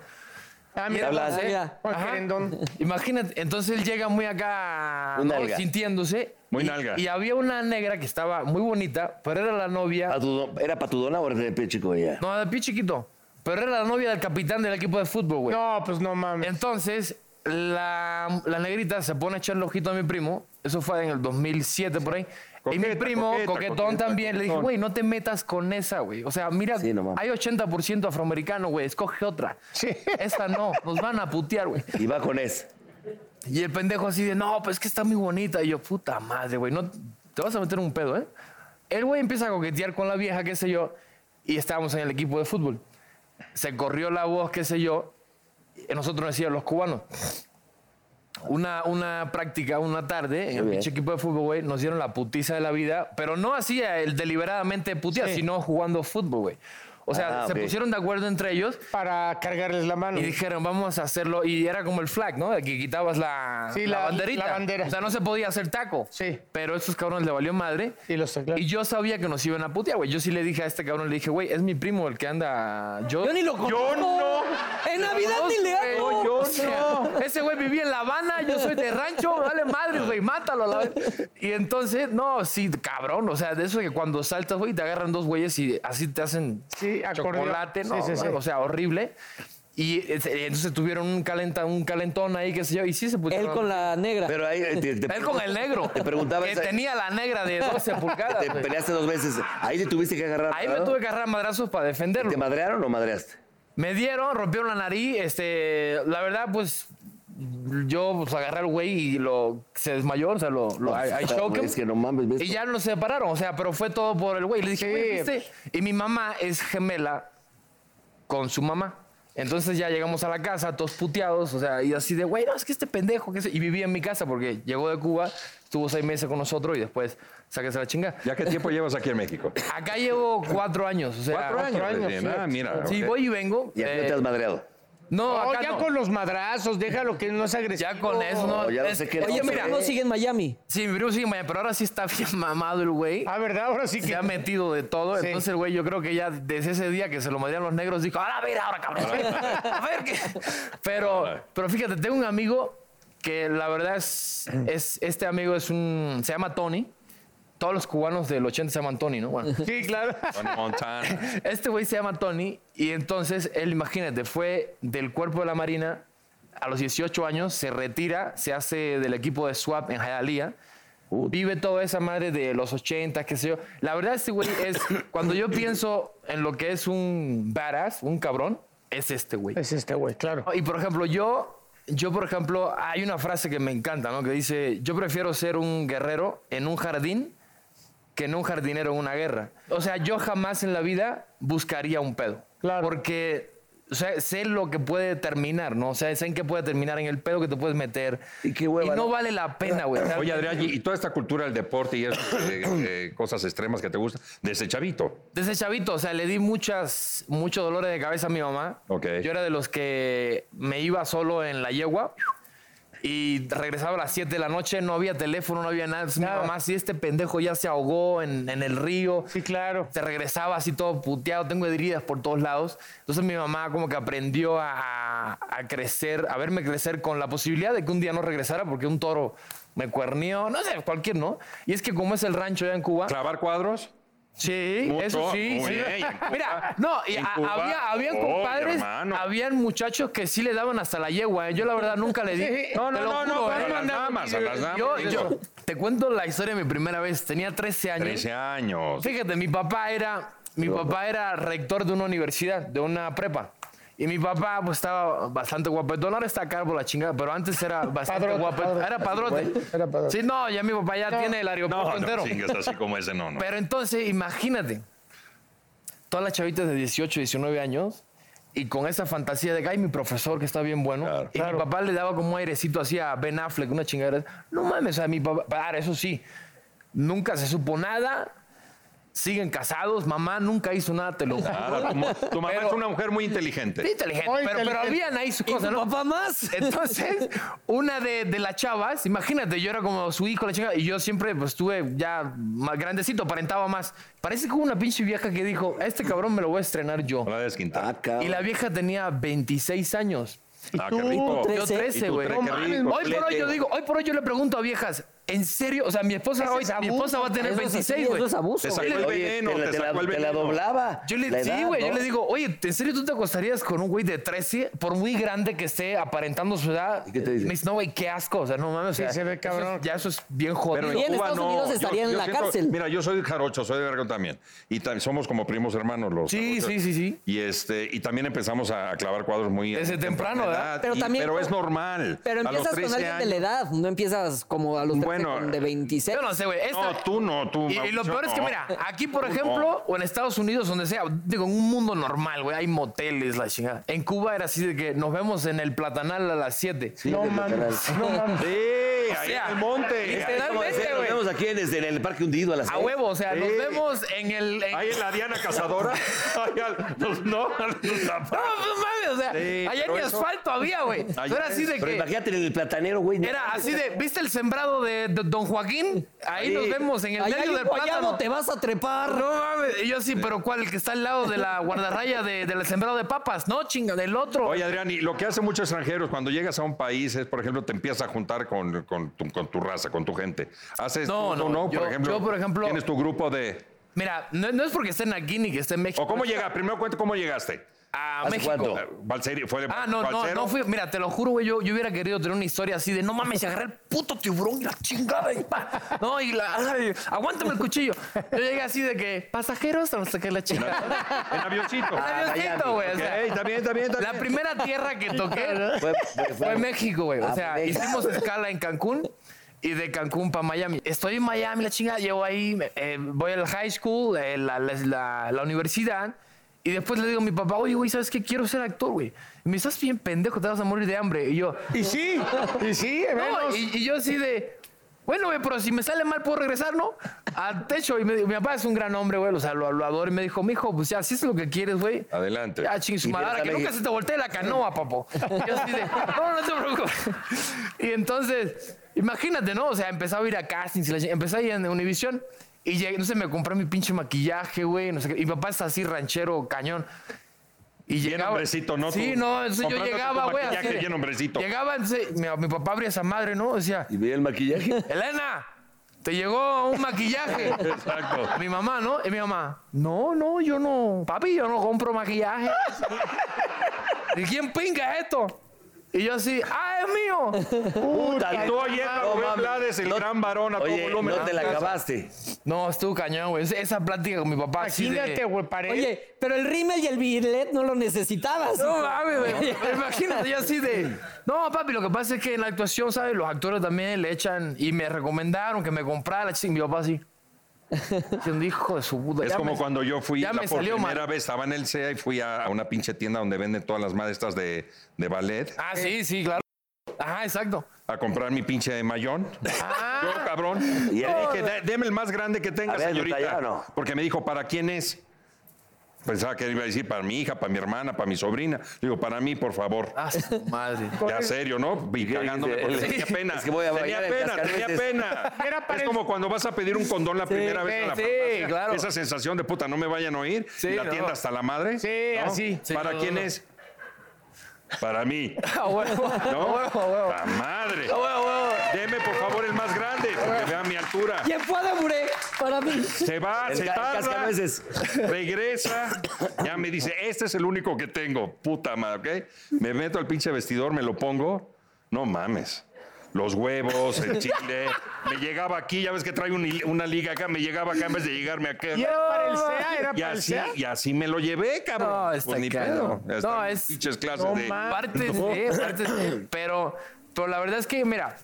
[SPEAKER 4] Ah, mira,
[SPEAKER 3] Hablas-
[SPEAKER 4] eh,
[SPEAKER 1] mira.
[SPEAKER 4] Juan
[SPEAKER 5] Ajá.
[SPEAKER 4] Querendón.
[SPEAKER 5] Imagínate, entonces él llega muy acá
[SPEAKER 3] Muy
[SPEAKER 5] ¿no?
[SPEAKER 3] nalga.
[SPEAKER 5] sintiéndose.
[SPEAKER 2] Muy
[SPEAKER 5] y,
[SPEAKER 2] nalga.
[SPEAKER 5] Y había una negra que estaba muy bonita, pero era la novia.
[SPEAKER 3] Patudo- ¿Era patudona o era de pie chico ella?
[SPEAKER 5] No, de pie chiquito. Pero era la novia del capitán del equipo de fútbol, güey.
[SPEAKER 4] No, pues no mames.
[SPEAKER 5] Entonces, la, la negrita se pone a echarle ojito a mi primo. Eso fue en el 2007, por ahí. y mi
[SPEAKER 2] Coqueta,
[SPEAKER 5] primo,
[SPEAKER 2] coqueta,
[SPEAKER 5] coquetón
[SPEAKER 2] coqueta,
[SPEAKER 5] también, le dije,
[SPEAKER 2] coquetón.
[SPEAKER 5] güey, no te metas con esa, güey. O sea, mira,
[SPEAKER 3] Sí, no mames.
[SPEAKER 5] hay 80% afroamericano, güey, escoge otra. Esa no, nos van a putear, güey.
[SPEAKER 3] Y va con es.
[SPEAKER 5] Y el pendejo así de, no, pues es que está muy bonita. Y yo, puta madre, güey, no, te vas a meter un pedo, ¿eh? El güey empieza a coquetear con la vieja, qué sé yo, y estábamos en el equipo de fútbol. Se corrió la voz, qué sé yo, y nosotros decíamos, los cubanos. Una, una práctica, una tarde, en
[SPEAKER 3] Muy
[SPEAKER 5] el
[SPEAKER 3] bien.
[SPEAKER 5] pinche equipo de fútbol, güey, nos dieron la putiza de la vida, pero no así el deliberadamente putear, sino jugando fútbol, güey. O sea,
[SPEAKER 3] Ah,
[SPEAKER 5] se
[SPEAKER 3] ok.
[SPEAKER 5] pusieron de acuerdo entre ellos
[SPEAKER 4] Para cargarles la mano.
[SPEAKER 5] y dijeron, vamos a hacerlo. Y era como el flag, ¿no? De que quitabas la,
[SPEAKER 4] Sí,
[SPEAKER 5] la
[SPEAKER 4] la-
[SPEAKER 5] banderita.
[SPEAKER 4] la bandera.
[SPEAKER 5] O sea, no se podía hacer taco.
[SPEAKER 4] Sí.
[SPEAKER 5] Pero estos cabrones le valió madre.
[SPEAKER 4] Y los teclados.
[SPEAKER 5] Y yo sabía que nos iban a putear, güey. Yo sí le dije a este cabrón, le dije, güey, es mi primo el que anda. Yo,
[SPEAKER 1] Yo ni lo conozco.
[SPEAKER 2] Yo no.
[SPEAKER 1] En Navidad
[SPEAKER 5] Conozco,
[SPEAKER 1] ni le
[SPEAKER 5] güey.
[SPEAKER 1] hago.
[SPEAKER 5] O sea, Ese güey vivía en La Habana, yo soy de rancho, dale madre, güey, mátalo. a La... vez. Y entonces, no, sí, cabrón. O sea, de eso que cuando saltas, güey, te agarran dos güeyes y así te hacen
[SPEAKER 4] Sí, acordeón.
[SPEAKER 5] chocolate, no,
[SPEAKER 4] Sí, sí, sí.
[SPEAKER 5] o sea, horrible. Y eh, entonces tuvieron un, calenta, un calentón ahí, qué sé yo, y sí se pusieron.
[SPEAKER 1] Él con la negra.
[SPEAKER 3] Pero ahí eh, te, te-
[SPEAKER 5] Él con el negro.
[SPEAKER 3] Te preguntaba
[SPEAKER 5] Que
[SPEAKER 3] esa-
[SPEAKER 5] tenía la negra de 12
[SPEAKER 3] *laughs*
[SPEAKER 5] pulgadas.
[SPEAKER 3] te
[SPEAKER 5] güey.
[SPEAKER 3] peleaste dos veces. Ahí te tuviste que agarrar.
[SPEAKER 5] Ahí me tuve que agarrar a madrazos para defenderlo.
[SPEAKER 3] ¿Te madrearon o madreaste?
[SPEAKER 5] Me dieron, rompieron la nariz, este, la verdad, pues, yo pues, agarré al güey y lo, se desmayó, o sea, lo, lo I, I shook him.
[SPEAKER 3] Es que no mames, ¿ves?
[SPEAKER 5] Y ya nos separaron, o sea, pero fue todo por el güey. Le dije,
[SPEAKER 4] Sí.
[SPEAKER 5] "Güey, ¿viste?". Y mi mamá es gemela con su mamá. Entonces ya llegamos a la casa, todos puteados, o sea, y así de, güey, no, es que este pendejo, que Y vivía en mi casa porque llegó de Cuba, estuvo seis meses con nosotros y después, sáquese la chinga.
[SPEAKER 2] ¿Ya qué tiempo llevas aquí en México?
[SPEAKER 5] Acá llevo *laughs* cuatro años, o sea.
[SPEAKER 2] Cuatro años. recién. Ah, mira.
[SPEAKER 5] Sí,
[SPEAKER 2] ok.
[SPEAKER 5] voy y vengo.
[SPEAKER 3] Y aquí
[SPEAKER 5] eh,
[SPEAKER 3] no te has madreado.
[SPEAKER 5] No,
[SPEAKER 4] No,
[SPEAKER 5] acá
[SPEAKER 4] Oh, ya
[SPEAKER 5] no.
[SPEAKER 4] con los madrazos, déjalo que no es agresivo.
[SPEAKER 5] Ya con eso no.
[SPEAKER 3] No, ya no
[SPEAKER 5] es-
[SPEAKER 3] sé qué-
[SPEAKER 1] Oye,
[SPEAKER 3] Oye,
[SPEAKER 1] mira,
[SPEAKER 3] mira.
[SPEAKER 1] ¿cómo sigue en Miami?
[SPEAKER 5] Sí, mi primo sigue en Miami, pero ahora sí está bien mamado el güey.
[SPEAKER 4] Ah, ¿verdad? Ahora sí que.
[SPEAKER 5] Se ha metido de todo.
[SPEAKER 4] Sí.
[SPEAKER 5] Entonces el güey, yo creo que ya desde ese día que se lo medían los negros, dijo, ahora ver, ahora cabrón. *laughs* A ver qué. Pero, pero fíjate, tengo un amigo que la verdad es, es- este amigo es un, se llama Tony. Todos los cubanos del 80 se llaman Tony, ¿no? Bueno,
[SPEAKER 4] Sí, claro.
[SPEAKER 2] Tony
[SPEAKER 5] *laughs*
[SPEAKER 2] Montana.
[SPEAKER 5] este güey se llama Tony y entonces él, imagínate, fue del cuerpo de la Marina a los 18 años, se retira, se hace del equipo de SWAP en Hialeah. Vive toda esa madre de los 80, qué sé yo. La verdad, este güey es. cuando yo pienso en lo que es un badass, un cabrón, es este güey.
[SPEAKER 4] Es este güey, claro.
[SPEAKER 5] Y por ejemplo, yo, yo por ejemplo, hay una frase que me encanta, ¿no? Que dice, yo prefiero ser un guerrero en un jardín que no un jardinero en una guerra. O sea, yo jamás en la vida buscaría un pedo.
[SPEAKER 4] Claro.
[SPEAKER 5] Porque o sea, sé lo que puede terminar, ¿no? O sea, sé en qué puede terminar, en el pedo que te puedes meter.
[SPEAKER 3] Y qué hueva,
[SPEAKER 5] no
[SPEAKER 3] ¿no?
[SPEAKER 5] vale la pena, güey. O sea,
[SPEAKER 2] Oye, Adrián, y toda esta cultura del deporte y eso, eh, eh, cosas extremas que te gustan, desde chavito.
[SPEAKER 5] Desde chavito, o sea, le di muchas, muchos dolores de cabeza a mi mamá.
[SPEAKER 2] Ok.
[SPEAKER 5] Yo era de los que me iba solo en la yegua y regresaba a las 7 de la noche, no había teléfono, no había nada. Entonces,
[SPEAKER 4] Nada.
[SPEAKER 5] Mi mamá, si este pendejo ya se ahogó en, en el río,
[SPEAKER 4] Sí, claro.
[SPEAKER 5] se regresaba así todo puteado, tengo heridas por todos lados. Entonces mi mamá como que aprendió a, a crecer, a verme crecer con la posibilidad de que un día no regresara porque un toro me cuernió, no sé, cualquier, ¿no? Y es que como es el rancho allá en Cuba...
[SPEAKER 2] ¿Clavar cuadros?
[SPEAKER 5] Sí,
[SPEAKER 2] Mucho,
[SPEAKER 5] eso sí.
[SPEAKER 2] muy
[SPEAKER 5] sí.
[SPEAKER 2] bien, y en Cuba-
[SPEAKER 5] *laughs* Mira, no, y
[SPEAKER 2] en
[SPEAKER 5] a-
[SPEAKER 2] Cuba,
[SPEAKER 5] había, habían
[SPEAKER 2] oh,
[SPEAKER 5] compadres,
[SPEAKER 2] hermano.
[SPEAKER 5] habían muchachos que sí le daban hasta la yegua. ¿eh? Yo la verdad nunca le di.
[SPEAKER 4] Sí.
[SPEAKER 5] Te lo juro, ¿eh?
[SPEAKER 2] pero a las damas, a las damas.
[SPEAKER 5] Yo,
[SPEAKER 2] digo.
[SPEAKER 5] yo- te cuento la historia de mi primera vez. Tenía 13 años.
[SPEAKER 2] 13 años.
[SPEAKER 5] Fíjate, mi papá era, mi papá era rector de una universidad, de una prepa. Y mi papá pues, estaba bastante guapetón. Ahora está calvo la chingada, pero antes era bastante
[SPEAKER 4] Padrote,
[SPEAKER 5] guapetón.
[SPEAKER 4] padrote.
[SPEAKER 5] Era padrote.
[SPEAKER 4] Era padrote.
[SPEAKER 5] Sí, no, ya mi papá ya tiene el aeropuerto
[SPEAKER 2] No,
[SPEAKER 5] entero.
[SPEAKER 2] no, chingues, así como ese, no, no.
[SPEAKER 5] Pero entonces, imagínate, todas las chavitas de 18, 19 años, y con esa fantasía de que hay mi profesor que está bien bueno,
[SPEAKER 2] Claro.
[SPEAKER 5] y mi papá le daba como un airecito así a Ben Affleck, una chingadera. No mames, a mi papá, para, eso sí, nunca se supo nada, siguen casados, mamá nunca hizo nada, te lo juro.
[SPEAKER 2] Nada, tu, ma- Ah, tu mamá
[SPEAKER 5] Pero-
[SPEAKER 2] es una mujer muy inteligente.
[SPEAKER 5] Inteligente,
[SPEAKER 4] Muy
[SPEAKER 5] pero, pero
[SPEAKER 4] inteligente.
[SPEAKER 5] habían ahí sus
[SPEAKER 1] ¿Y
[SPEAKER 5] cosas,
[SPEAKER 1] tu
[SPEAKER 5] ¿no?
[SPEAKER 1] papá más?
[SPEAKER 5] *laughs* Entonces, una de, de las chavas, imagínate, yo era como su hijo, la chica, y yo siempre pues tuve ya más grandecito, aparentaba más. Parece que hubo una pinche vieja que dijo, a este cabrón me lo voy a estrenar yo.
[SPEAKER 2] Hola, Quintana.
[SPEAKER 3] Ah, cabrón.
[SPEAKER 5] Y la vieja tenía 26 años.
[SPEAKER 2] Ah, qué rico.
[SPEAKER 1] tres-
[SPEAKER 5] Yo
[SPEAKER 1] ¿Trece?
[SPEAKER 2] Y
[SPEAKER 5] 13,
[SPEAKER 2] tú
[SPEAKER 5] güey.
[SPEAKER 2] tres, qué
[SPEAKER 5] No
[SPEAKER 2] rico,
[SPEAKER 5] mames, Hoy por hoy
[SPEAKER 2] filete.
[SPEAKER 5] yo digo, hoy por hoy yo le pregunto a viejas, ¿en serio? O sea, mi esposa,
[SPEAKER 4] Ese
[SPEAKER 5] hoy,
[SPEAKER 4] es
[SPEAKER 5] mi
[SPEAKER 4] abuso.
[SPEAKER 5] esposa va a tener
[SPEAKER 1] Eso es así,
[SPEAKER 5] 26, güey.
[SPEAKER 1] Eso es abuso.
[SPEAKER 2] Te sacó el
[SPEAKER 3] Oye,
[SPEAKER 2] veneno,
[SPEAKER 3] te la,
[SPEAKER 2] te
[SPEAKER 3] te la-
[SPEAKER 2] sacó el
[SPEAKER 3] te la
[SPEAKER 2] veneno.
[SPEAKER 3] doblaba.
[SPEAKER 5] Yo le,
[SPEAKER 3] La
[SPEAKER 5] sí,
[SPEAKER 3] edad,
[SPEAKER 5] güey, yo
[SPEAKER 3] ¿no?
[SPEAKER 5] le digo, oye, ¿en serio tú te acostarías con un güey de 13 por muy grande que esté aparentando su edad?
[SPEAKER 3] ¿Y qué te dice?
[SPEAKER 5] Me dice, no, güey, qué asco. O sea, no mames. o sea,
[SPEAKER 4] Sí, se ve
[SPEAKER 5] eso
[SPEAKER 4] cabrón.
[SPEAKER 5] es- ya eso es bien jodido.
[SPEAKER 1] Pero- Y en Estados Unidos estaría en la cárcel.
[SPEAKER 2] Mira, yo soy jarocho, soy de Veracruz también. Y tam- somos como primos hermanos los
[SPEAKER 5] Sí,
[SPEAKER 2] jarochos.
[SPEAKER 5] sí, sí, sí.
[SPEAKER 2] Y, este, y también empezamos a, a clavar cuadros muy...
[SPEAKER 5] Desde
[SPEAKER 2] en-
[SPEAKER 5] temprano,
[SPEAKER 2] en
[SPEAKER 5] ¿verdad?
[SPEAKER 2] edad.
[SPEAKER 1] Pero
[SPEAKER 2] Y-
[SPEAKER 1] también-
[SPEAKER 2] pero es normal.
[SPEAKER 1] Pero
[SPEAKER 2] A los
[SPEAKER 1] empiezas con
[SPEAKER 2] 13
[SPEAKER 1] alguien de la
[SPEAKER 2] años-
[SPEAKER 1] edad, no empiezas como a los
[SPEAKER 2] Bueno,
[SPEAKER 1] de 26.
[SPEAKER 5] Yo no sé, güey. esta-
[SPEAKER 2] No, tú no, tú.
[SPEAKER 5] Y, y lo
[SPEAKER 2] Mauricio,
[SPEAKER 5] peor es que,
[SPEAKER 2] no.
[SPEAKER 5] mira, aquí, por
[SPEAKER 2] Tú no.
[SPEAKER 5] ejemplo, o en Estados Unidos, donde sea, digo, en un mundo normal, güey, hay moteles, la chingada. En Cuba era así de que nos vemos en el platanal a las 7.
[SPEAKER 3] Sí,
[SPEAKER 4] No
[SPEAKER 3] de- de-
[SPEAKER 4] mames. No mames.
[SPEAKER 2] Sí, ahí
[SPEAKER 5] sea, este
[SPEAKER 2] en el monte.
[SPEAKER 5] literal-
[SPEAKER 3] Como decía,
[SPEAKER 5] Vete,
[SPEAKER 3] nos
[SPEAKER 5] güey.
[SPEAKER 3] vemos aquí en, este- en el Parque Hundido a las
[SPEAKER 5] A
[SPEAKER 3] seis.
[SPEAKER 5] huevo, o sea, nos
[SPEAKER 2] Sí.
[SPEAKER 5] vemos en el. en-
[SPEAKER 2] Ahí en la Diana Cazadora.
[SPEAKER 5] *laughs*
[SPEAKER 2] Ahí al- no, no,
[SPEAKER 5] pues No, no mames, o sea,
[SPEAKER 2] Sí,
[SPEAKER 5] allá
[SPEAKER 2] pero
[SPEAKER 5] ni
[SPEAKER 2] eso-
[SPEAKER 5] asfalto
[SPEAKER 2] *laughs*
[SPEAKER 5] había, güey. No
[SPEAKER 2] Allá
[SPEAKER 5] era así
[SPEAKER 2] es-
[SPEAKER 5] de
[SPEAKER 3] Pero
[SPEAKER 5] que.
[SPEAKER 3] imagínate en el platanero, güey. no
[SPEAKER 5] Era
[SPEAKER 3] mames.
[SPEAKER 5] así de, ¿viste el sembrado de, de Don Joaquín? Ahí nos vemos en el
[SPEAKER 1] Allá hay
[SPEAKER 5] medio
[SPEAKER 1] un
[SPEAKER 5] del
[SPEAKER 1] guayabo,
[SPEAKER 5] plátano.
[SPEAKER 1] te vas a trepar.
[SPEAKER 5] No mames, y yo sí, pero ¿cuál? El que está al lado
[SPEAKER 2] *laughs*
[SPEAKER 5] de la guardarraya de- del sembrado de papas, ¿no? Chinga, del otro.
[SPEAKER 2] Oye, Adrián, y lo que hacen muchos extranjeros cuando llegas a un país es, por ejemplo, te empiezas a juntar con, con tu, con tu raza, con tu gente. Haces
[SPEAKER 5] No,
[SPEAKER 2] tú,
[SPEAKER 5] no,
[SPEAKER 2] tú
[SPEAKER 5] yo-
[SPEAKER 2] por ejemplo,
[SPEAKER 5] yo, por ejemplo-
[SPEAKER 2] tienes tu grupo de
[SPEAKER 5] Mira, no, no es porque estén aquí ni que estén en México.
[SPEAKER 2] o cómo llega, primero cuenta cómo llegaste.
[SPEAKER 5] A
[SPEAKER 3] ¿Hace
[SPEAKER 5] México.
[SPEAKER 3] cuánto?
[SPEAKER 2] Eh, Valserio, fue de
[SPEAKER 5] Ah, no, no,
[SPEAKER 2] Valsero.
[SPEAKER 5] no fui. Mira, te lo juro, güey, yo, yo hubiera querido tener una historia así de no mames, agarré el puto tiburón y la chingada y pa. No, y la. *laughs* ay, aguántame el cuchillo. Yo llegué así de que pasajeros, no sé qué la chingada.
[SPEAKER 2] en avioncito.
[SPEAKER 5] Ah, Diosito, güey. o
[SPEAKER 2] Ok,
[SPEAKER 5] sea,
[SPEAKER 2] está bien, está bien, está
[SPEAKER 5] La
[SPEAKER 2] bien.
[SPEAKER 5] primera tierra que toqué
[SPEAKER 3] Fue, fue- fue-
[SPEAKER 5] fue México, güey. O
[SPEAKER 3] Ah,
[SPEAKER 5] sea,
[SPEAKER 3] fue México.
[SPEAKER 5] hicimos escala en Cancún y de Cancún para Miami. Estoy en Miami, la chingada, llevo ahí, me- eh, voy al high school, eh, la, la- la- la universidad. Y después le digo a mi papá, oye, güey, ¿sabes qué? Quiero ser actor, güey. Y me estás bien pendejo, te vas a morir de hambre. Y yo,
[SPEAKER 4] Y sí, y sí,
[SPEAKER 5] no,
[SPEAKER 4] menos.
[SPEAKER 5] y, y yo así de, Bueno, güey, pero si me sale mal, puedo regresar, ¿no? Al techo. Y me dijo, mi papá es un gran hombre, güey. O sea, lo, lo adoro. Y me dijo, mijo, pues ya, si es lo que quieres, güey.
[SPEAKER 2] Adelante.
[SPEAKER 5] Ya, ching su
[SPEAKER 3] Y
[SPEAKER 5] madre. ahora que
[SPEAKER 3] déjale
[SPEAKER 5] nunca
[SPEAKER 3] ir.
[SPEAKER 5] se te voltee la canoa, papo. Y yo así de, no, no te preocupes. Y entonces, imagínate, ¿no? O sea, empezaba a ir a castings. y la ch- Empecé a ir en Univision. Y llegué, no sé, me compré mi pinche maquillaje, güey. No sé qué. Y mi papá es así, ranchero, cañón. Y
[SPEAKER 2] Bien
[SPEAKER 5] llegaba.
[SPEAKER 2] hombrecito, ¿no?
[SPEAKER 5] Sí,
[SPEAKER 2] Tú
[SPEAKER 5] no, entonces yo
[SPEAKER 2] comprándote tu
[SPEAKER 5] llegaba, güey. así
[SPEAKER 2] maquillaje
[SPEAKER 5] de-
[SPEAKER 2] bien hombrecito.
[SPEAKER 5] Llegaba, entonces, mi, mi papá abría esa madre, ¿no? Decía,
[SPEAKER 3] Y veía el maquillaje.
[SPEAKER 5] Elena, te llegó un
[SPEAKER 2] *laughs*
[SPEAKER 5] maquillaje.
[SPEAKER 2] Exacto.
[SPEAKER 5] Mi mamá, ¿no? Y mi mamá, no, no, yo no. Papi, yo no compro maquillaje. ¿De quién pinga es esto? Y yo así, ah, es mío.
[SPEAKER 2] Y tú ayer, Rubén Blades, el gran varón a todo
[SPEAKER 3] Oye,
[SPEAKER 2] volumen.
[SPEAKER 3] no te la acabaste.
[SPEAKER 5] No, estuvo cañón, güey. Esa- Esa plática con mi papá. así de-
[SPEAKER 4] Imagínate, güey,
[SPEAKER 2] eh.
[SPEAKER 4] pared.
[SPEAKER 1] Oye, pero el rímel y el birlet no lo necesitabas.
[SPEAKER 5] No mames, güey. Imagínate, yo así de. No, papi, lo que pasa es que en la actuación, ¿sabes? Los actores también le echan. Y me recomendaron que me comprara la ching. Mi papá así. Diciendo, hijo de su puta.
[SPEAKER 2] Es
[SPEAKER 5] *laughs* ya
[SPEAKER 2] como
[SPEAKER 5] me-
[SPEAKER 2] cuando yo fui
[SPEAKER 5] ya
[SPEAKER 2] la
[SPEAKER 5] me
[SPEAKER 2] por
[SPEAKER 5] salió mal.
[SPEAKER 2] primera vez, estaba en el CEA y fui a a una pinche tienda donde venden todas las maestras de, de ballet
[SPEAKER 5] Ah, sí, sí, claro. Ajá, exacto. Ah,
[SPEAKER 2] a comprar mi pinche
[SPEAKER 3] *laughs*
[SPEAKER 2] mayón. Yo, cabrón.
[SPEAKER 3] Y
[SPEAKER 2] Y
[SPEAKER 3] él-
[SPEAKER 2] dije, "Dé- deme el más grande que tenga,
[SPEAKER 3] A ver, detallado,
[SPEAKER 2] señorita.
[SPEAKER 3] ¿no?
[SPEAKER 2] Porque me dijo, ¿para quién es? Pensaba que iba a decir para mi hija, para mi hermana, para mi sobrina. Le Digo, para mí, por favor.
[SPEAKER 5] Ah, su *laughs* madre.
[SPEAKER 2] Ya serio, ¿no? Y cagándome porque
[SPEAKER 3] el-
[SPEAKER 2] tenía pena.
[SPEAKER 3] es que voy a
[SPEAKER 2] tenía
[SPEAKER 3] bailar el
[SPEAKER 2] pena, tenía
[SPEAKER 3] cascabeles.
[SPEAKER 2] pena.
[SPEAKER 4] Era para
[SPEAKER 2] es
[SPEAKER 4] el-
[SPEAKER 2] como cuando vas a pedir un condón la primera vez a la
[SPEAKER 5] sí,
[SPEAKER 2] farmacia.
[SPEAKER 5] claro.
[SPEAKER 2] Esa sensación de puta, no me vayan a oír.
[SPEAKER 5] Sí,
[SPEAKER 2] y la
[SPEAKER 5] no.
[SPEAKER 2] tienda hasta la madre.
[SPEAKER 4] Sí,
[SPEAKER 2] ¿no?
[SPEAKER 4] así.
[SPEAKER 5] Sí,
[SPEAKER 2] ¿Para
[SPEAKER 5] no,
[SPEAKER 2] quién
[SPEAKER 5] no, no.
[SPEAKER 2] es? Para mí.
[SPEAKER 5] *laughs* A huevo,
[SPEAKER 2] ¿No?
[SPEAKER 5] a huevo, a huevo.
[SPEAKER 2] ¡La madre!
[SPEAKER 5] A huevo, a huevo.
[SPEAKER 2] Deme, por favor, el más grande, porque vea mi altura.
[SPEAKER 1] ¿Quién fue a Buré? Para mí.
[SPEAKER 2] Se va,
[SPEAKER 3] El
[SPEAKER 2] se
[SPEAKER 3] ca-
[SPEAKER 2] tarda,
[SPEAKER 3] cascabeces.
[SPEAKER 2] regresa, ya me dice, este es el único que tengo, puta madre, ¿ok? Me meto al pinche vestidor, me lo pongo, no mames. Los huevos, el chile, me llegaba aquí, ya ves que trae un hil- una liga acá, me llegaba acá en vez de llegarme acá.
[SPEAKER 4] ¿Y era para el CEA? Ah, ¿Era
[SPEAKER 2] Y
[SPEAKER 4] para el
[SPEAKER 2] así,
[SPEAKER 4] CEA?
[SPEAKER 2] y así me lo llevé, cabrón.
[SPEAKER 5] No, está
[SPEAKER 2] pues ni
[SPEAKER 5] cabrón.
[SPEAKER 2] pedo.
[SPEAKER 5] No,
[SPEAKER 2] no,
[SPEAKER 5] es-
[SPEAKER 2] es... Pinches clases
[SPEAKER 4] no
[SPEAKER 2] de...
[SPEAKER 4] mames.
[SPEAKER 5] Parte de, parte de, pero, pero la verdad es que, mira,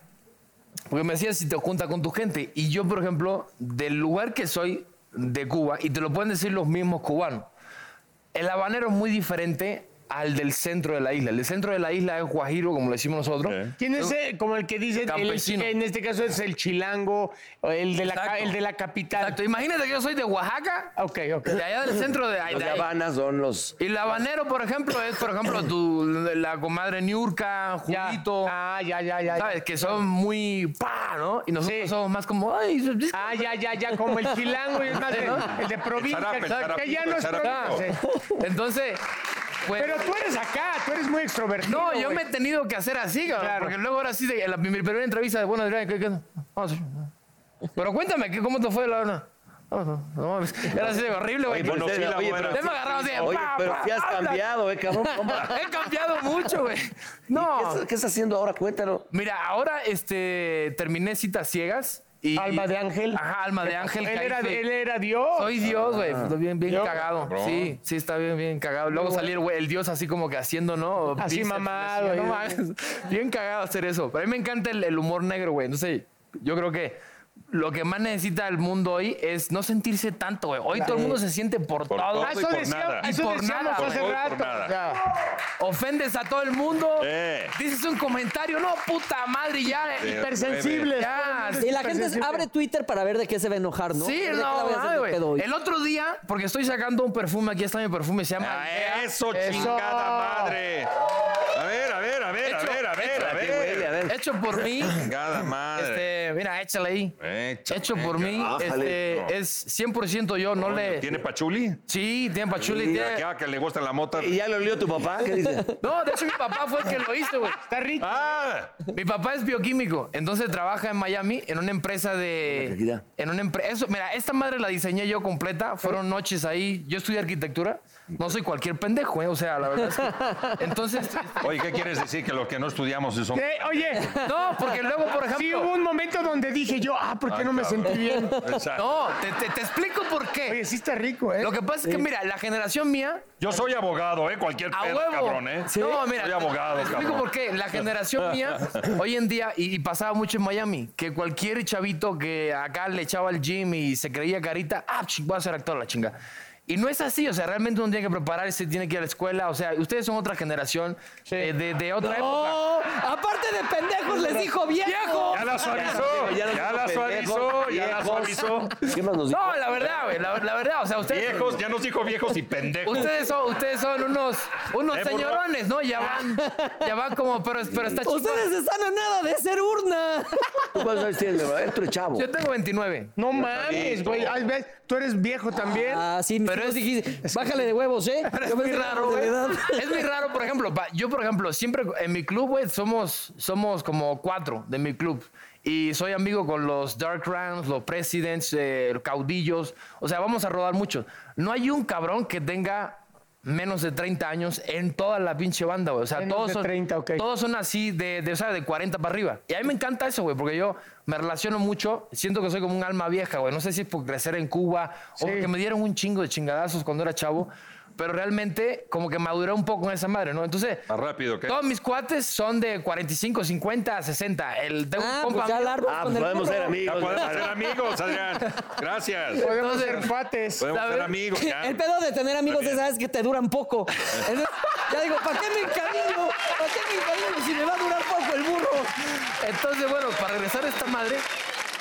[SPEAKER 5] porque me decías si te junta con tu gente. Y yo, por ejemplo, del lugar que soy, de Cuba, y te lo pueden decir los mismos cubanos, el habanero es muy diferente al del centro de la isla. El del centro de la isla es Guajiro, como le decimos nosotros.
[SPEAKER 2] Eh.
[SPEAKER 4] ¿Quién es eh, como el que dice, el,
[SPEAKER 5] Campesino.
[SPEAKER 4] en este caso es el chilango, o el de la, ca-
[SPEAKER 5] Exacto.
[SPEAKER 4] el de la capital?
[SPEAKER 5] Exacto. Imagínate que yo soy de Oaxaca,
[SPEAKER 4] Ok, ok.
[SPEAKER 5] de allá del centro de,
[SPEAKER 3] Los
[SPEAKER 5] de
[SPEAKER 3] de
[SPEAKER 5] ahí.
[SPEAKER 3] Habana son los.
[SPEAKER 5] Y la habanero, por ejemplo, es, por ejemplo, tu, la comadre Niurka,
[SPEAKER 4] Ya.
[SPEAKER 5] Julito.
[SPEAKER 4] Ah, ya, ya, ya. ya.
[SPEAKER 5] ¿Sabes? Que son muy pa, ¿no? Y nosotros
[SPEAKER 4] Sí.
[SPEAKER 5] somos más como, ay,
[SPEAKER 4] Ah, ya, ya, ya, como el chilango y es más de- el de provincia,
[SPEAKER 2] Sarape, Sarape,
[SPEAKER 4] que ya no es
[SPEAKER 2] Sarape.
[SPEAKER 4] provincia. sí.
[SPEAKER 5] entonces, pues.
[SPEAKER 4] Pero tú eres acá, tú eres muy extrovertido.
[SPEAKER 5] no, yo
[SPEAKER 4] güey.
[SPEAKER 5] me he tenido que hacer así, cabrón,
[SPEAKER 4] Claro.
[SPEAKER 5] porque luego ahora sí, de- en la, mi primera entrevista, bueno, Adrián, ¿qué, qué? Ah, sí. Pero cuéntame, ¿qué- ¿cómo te fue la no, no, no mames. Era así de horrible, güey.
[SPEAKER 2] pero
[SPEAKER 5] Te
[SPEAKER 2] sí,
[SPEAKER 3] ustedes-
[SPEAKER 2] la buena.
[SPEAKER 5] me agarraba así de,
[SPEAKER 3] Oye,
[SPEAKER 5] pa,
[SPEAKER 3] pero
[SPEAKER 5] pa,
[SPEAKER 3] sí has
[SPEAKER 5] anda.
[SPEAKER 3] cambiado, ¿eh, cabrón? ¿Cómo?
[SPEAKER 5] He cambiado
[SPEAKER 4] *laughs*
[SPEAKER 5] mucho, güey. No.
[SPEAKER 3] ¿Qué, qué estás haciendo ahora? Cuéntalo.
[SPEAKER 5] Mira, ahora este, terminé citas ciegas. Y,
[SPEAKER 4] Alma de ángel.
[SPEAKER 5] Ajá,
[SPEAKER 4] *laughs*
[SPEAKER 5] alma de ángel.
[SPEAKER 4] Él
[SPEAKER 5] caí
[SPEAKER 4] era,
[SPEAKER 5] fe-
[SPEAKER 4] él era Dios. Ah.
[SPEAKER 5] Soy Dios, güey. Estoy bien, bien
[SPEAKER 4] Dios.
[SPEAKER 5] cagado.
[SPEAKER 2] Cabrón.
[SPEAKER 5] Sí, sí, está bien, bien cagado. Luego salí el, güey, el Dios así como que haciendo, ¿no?
[SPEAKER 4] Así
[SPEAKER 5] Bíceps,
[SPEAKER 4] mamado,
[SPEAKER 5] así, No
[SPEAKER 4] y-
[SPEAKER 5] mames. *laughs* Bien cagado hacer eso. Pero a mí me encanta el, el humor negro, güey. Entonces, yo creo que lo que más necesita el mundo hoy es no sentirse tanto, güey. Hoy todo el mundo se siente por,
[SPEAKER 2] Por
[SPEAKER 5] todo.
[SPEAKER 2] todo.
[SPEAKER 4] Ah, eso,
[SPEAKER 2] por
[SPEAKER 4] decía-
[SPEAKER 2] nada.
[SPEAKER 4] eso
[SPEAKER 5] Y por
[SPEAKER 4] decíamos
[SPEAKER 5] nada,
[SPEAKER 4] hace
[SPEAKER 2] por todo y por
[SPEAKER 4] rato.
[SPEAKER 2] nada.
[SPEAKER 4] o sea,
[SPEAKER 5] Ofendes a todo el mundo.
[SPEAKER 2] Eh.
[SPEAKER 5] Dices un comentario, no, puta madre, y ya. eh.
[SPEAKER 2] Sí.
[SPEAKER 4] hipersensibles.
[SPEAKER 5] Ya,
[SPEAKER 1] Y la gente
[SPEAKER 4] Hipersensible.
[SPEAKER 1] abre Twitter para ver de qué se va a enojar, ¿no?
[SPEAKER 5] Sí,
[SPEAKER 1] ¿De qué la voy a
[SPEAKER 5] no,
[SPEAKER 1] hacer
[SPEAKER 5] mames,
[SPEAKER 1] de
[SPEAKER 5] güey.
[SPEAKER 1] pedo hoy?
[SPEAKER 5] El otro día, porque estoy sacando un perfume, aquí está mi perfume, se llama.
[SPEAKER 2] Ah,
[SPEAKER 5] Idea.
[SPEAKER 2] eso,
[SPEAKER 4] Eso.
[SPEAKER 2] chingada madre. A ver, a ver, a ver, a
[SPEAKER 5] Hecho,
[SPEAKER 2] ver, a ver, a
[SPEAKER 3] ¿A qué huele? A
[SPEAKER 2] ver.
[SPEAKER 3] ver.
[SPEAKER 5] Hecho por mí.
[SPEAKER 2] Chingada madre.
[SPEAKER 5] este, mira, échale ahí.
[SPEAKER 2] Échale,
[SPEAKER 5] Hecho por mí.
[SPEAKER 3] ájale.
[SPEAKER 5] Este, es 100% yo, no le.
[SPEAKER 2] ¿Tiene pachuli?
[SPEAKER 5] Sí, tiene pachuli. tiene-
[SPEAKER 2] Ya que le gusta la mota.
[SPEAKER 3] ¿Y ya lo olió tu papá? ¿Qué
[SPEAKER 2] *laughs*
[SPEAKER 3] dice?
[SPEAKER 5] No, de hecho, mi papá fue el que lo hizo, güey.
[SPEAKER 4] Está rico.
[SPEAKER 2] ¡Ah!
[SPEAKER 5] Mi papá es bioquímico, entonces trabaja en Miami en una empresa
[SPEAKER 3] Una cajita.
[SPEAKER 5] de. En una empresa. Mira, esta madre la diseñé yo completa. Fueron noches ahí. Yo estudié arquitectura. No soy cualquier pendejo, ¿eh? O sea, la verdad es que. Entonces.
[SPEAKER 2] Oye, ¿qué quieres decir? Que los que no estudiamos son...
[SPEAKER 4] Eh, oye,
[SPEAKER 5] No, porque luego, por ejemplo.
[SPEAKER 4] sí hubo un momento donde dije yo, ah, ¿por qué
[SPEAKER 2] Ah,
[SPEAKER 4] no me
[SPEAKER 2] cabrón.
[SPEAKER 4] sentí bien?
[SPEAKER 2] Exacto.
[SPEAKER 5] No, te, te- te explico por
[SPEAKER 4] Oye,
[SPEAKER 5] qué.
[SPEAKER 4] sí está rico, ¿eh?
[SPEAKER 5] Lo que pasa es que, mira, la generación mía.
[SPEAKER 2] Yo soy abogado, ¿eh? Cualquier
[SPEAKER 5] A
[SPEAKER 2] pedo,
[SPEAKER 5] huevo.
[SPEAKER 2] cabrón, ¿eh?
[SPEAKER 5] No, mira.
[SPEAKER 2] Soy
[SPEAKER 5] te-
[SPEAKER 2] abogado,
[SPEAKER 5] te explico
[SPEAKER 2] cabrón.
[SPEAKER 5] por qué. La
[SPEAKER 2] *laughs*
[SPEAKER 5] generación mía, hoy en día, y, y pasaba mucho en Miami, que cualquier chavito que acá le echaba al gym y se creía carita, ah, ching, voy a ser actor, la chinga. Y no es así, o sea, realmente uno tiene que prepararse, tiene que ir a la escuela, o sea, ustedes son otra generación eh, de, de otra época.
[SPEAKER 1] ¡Oh! Aparte de pendejos, les dijo viejo.
[SPEAKER 5] ¡Viejo!
[SPEAKER 2] Ya la suavizó,
[SPEAKER 3] Ya nos
[SPEAKER 2] ya
[SPEAKER 3] dijo
[SPEAKER 2] la
[SPEAKER 3] pendejos,
[SPEAKER 2] suavizó, ya la
[SPEAKER 3] viejos.
[SPEAKER 2] suavizó.
[SPEAKER 3] ¿Qué más nos dijo?
[SPEAKER 5] No, la verdad, güey, la, la verdad, o sea, ustedes...
[SPEAKER 2] Viejos, ya nos dijo viejos y pendejos.
[SPEAKER 5] Ustedes son, ustedes son unos, unos
[SPEAKER 2] Eh, burro.
[SPEAKER 5] señorones, ¿no? Ya van, ya van como, pero, pero está chico.
[SPEAKER 1] Ustedes están a nada de ser urna.
[SPEAKER 3] ¿Tú cuántos años tienes, Leonardo? Eres tú eres chavo.
[SPEAKER 5] Yo tengo 29.
[SPEAKER 7] No mames, güey. Ay, ves, Tú eres viejo también.
[SPEAKER 1] Ah, sí, pero es dijiste, bájale de huevos, ¿eh? Yo
[SPEAKER 5] muy
[SPEAKER 1] pensé que
[SPEAKER 5] raro,
[SPEAKER 1] de
[SPEAKER 5] güey.
[SPEAKER 1] edad.
[SPEAKER 5] Es muy raro, por ejemplo, pa- yo, por ejemplo, siempre en mi club, güey, somos, somos como cuatro de mi club. Y soy amigo con los Dark Rams, los Presidents, eh, los Caudillos. O sea, vamos a rodar mucho. No hay un cabrón que tenga menos de 30 años en toda la pinche banda, güey. O sea,
[SPEAKER 7] Menos
[SPEAKER 5] todos
[SPEAKER 7] de
[SPEAKER 5] son,
[SPEAKER 7] 30, ok.
[SPEAKER 5] todos son así de, de, o sea, de 40 para arriba. Y a mí me encanta eso, güey, porque yo me relaciono mucho. Siento que soy como un alma vieja, güey. No sé si es por crecer en Cuba o porque me dieron un chingo de chingadazos cuando era chavo. Pero realmente como que maduré un poco en esa madre, ¿no? Entonces,
[SPEAKER 2] Más rápido, ¿qué?
[SPEAKER 5] todos mis cuates son de 45, 50, 60. El, tengo un
[SPEAKER 1] Ah,
[SPEAKER 5] compa
[SPEAKER 1] pues ya
[SPEAKER 5] mío-
[SPEAKER 1] largo.
[SPEAKER 3] Ah,
[SPEAKER 1] con
[SPEAKER 3] pues
[SPEAKER 1] el
[SPEAKER 3] podemos
[SPEAKER 1] burro. *laughs*
[SPEAKER 3] ser
[SPEAKER 2] Ya
[SPEAKER 3] amigos.
[SPEAKER 2] podemos ser amigos, Adrián. Gracias.
[SPEAKER 7] Podemos
[SPEAKER 5] entonces-
[SPEAKER 7] ser cuates.
[SPEAKER 2] Podemos ser
[SPEAKER 5] ¿sabes?
[SPEAKER 2] amigos, ya.
[SPEAKER 1] El pedo de tener amigos es, sabes, que te duran poco. Entonces, ya digo, ¿para qué me encariño? ¿Para qué me encariño si me va a durar poco el burro?
[SPEAKER 5] Entonces, bueno, para regresar a esta madre,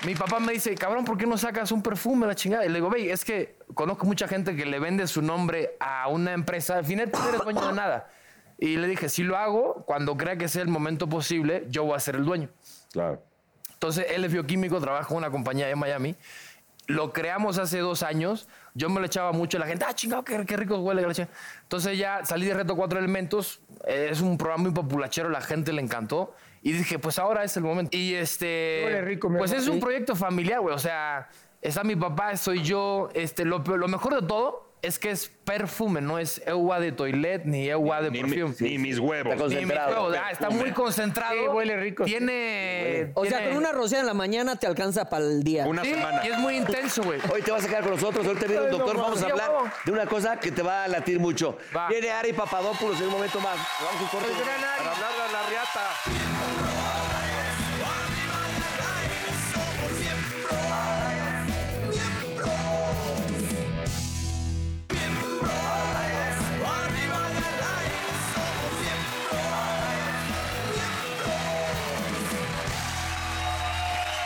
[SPEAKER 5] mi papá me dice, cabrón, ¿por qué no sacas un perfume a la chingada? Y le digo, ve, es que conozco mucha gente que le vende su nombre a una empresa. Al final, tú no eres dueño de nada. Y le dije, si lo hago, cuando crea que sea el momento posible, yo voy a ser el dueño.
[SPEAKER 2] Claro.
[SPEAKER 5] Entonces, él es bioquímico, trabaja en una compañía en Miami. Lo creamos hace dos años. Yo me lo echaba mucho a la gente. Ah, chingado, qué, qué rico huele. que la chingada". Entonces ya salí de Reto Cuatro Elementos. eh, Es un programa muy populachero, la gente le encantó. Y dije, pues ahora es el momento. Y este...
[SPEAKER 7] Huele rico, mi
[SPEAKER 5] pues
[SPEAKER 7] amor.
[SPEAKER 5] es un proyecto familiar, güey. O sea, está mi papá, soy yo. Este, lo, peor- lo mejor de todo es que es perfume, no es agua de toilet ni agua Ah, de
[SPEAKER 2] Ni, mi-
[SPEAKER 5] perfume.
[SPEAKER 2] ni mis huevos.
[SPEAKER 3] Está
[SPEAKER 5] Ni mi
[SPEAKER 3] concentrado.
[SPEAKER 5] huevo, ah, está muy concentrado.
[SPEAKER 7] Sí, huele rico, sí.
[SPEAKER 5] Tiene.
[SPEAKER 1] O sea,
[SPEAKER 5] tiene-
[SPEAKER 1] con una rosada en la mañana te alcanza para el día.
[SPEAKER 2] Una
[SPEAKER 5] Sí,
[SPEAKER 2] semana.
[SPEAKER 5] y es muy intenso, güey.
[SPEAKER 3] Hoy te vas a quedar con nosotros, ahorita viene el
[SPEAKER 5] Ay, no
[SPEAKER 3] doctor, vamos a
[SPEAKER 5] mames,
[SPEAKER 3] hablar
[SPEAKER 5] ya huevo.
[SPEAKER 3] de una cosa que te va a latir mucho.
[SPEAKER 5] Va.
[SPEAKER 3] Viene Ari Papadopoulos en un momento más. Vamos a un corte.
[SPEAKER 2] Para hablar de la riata.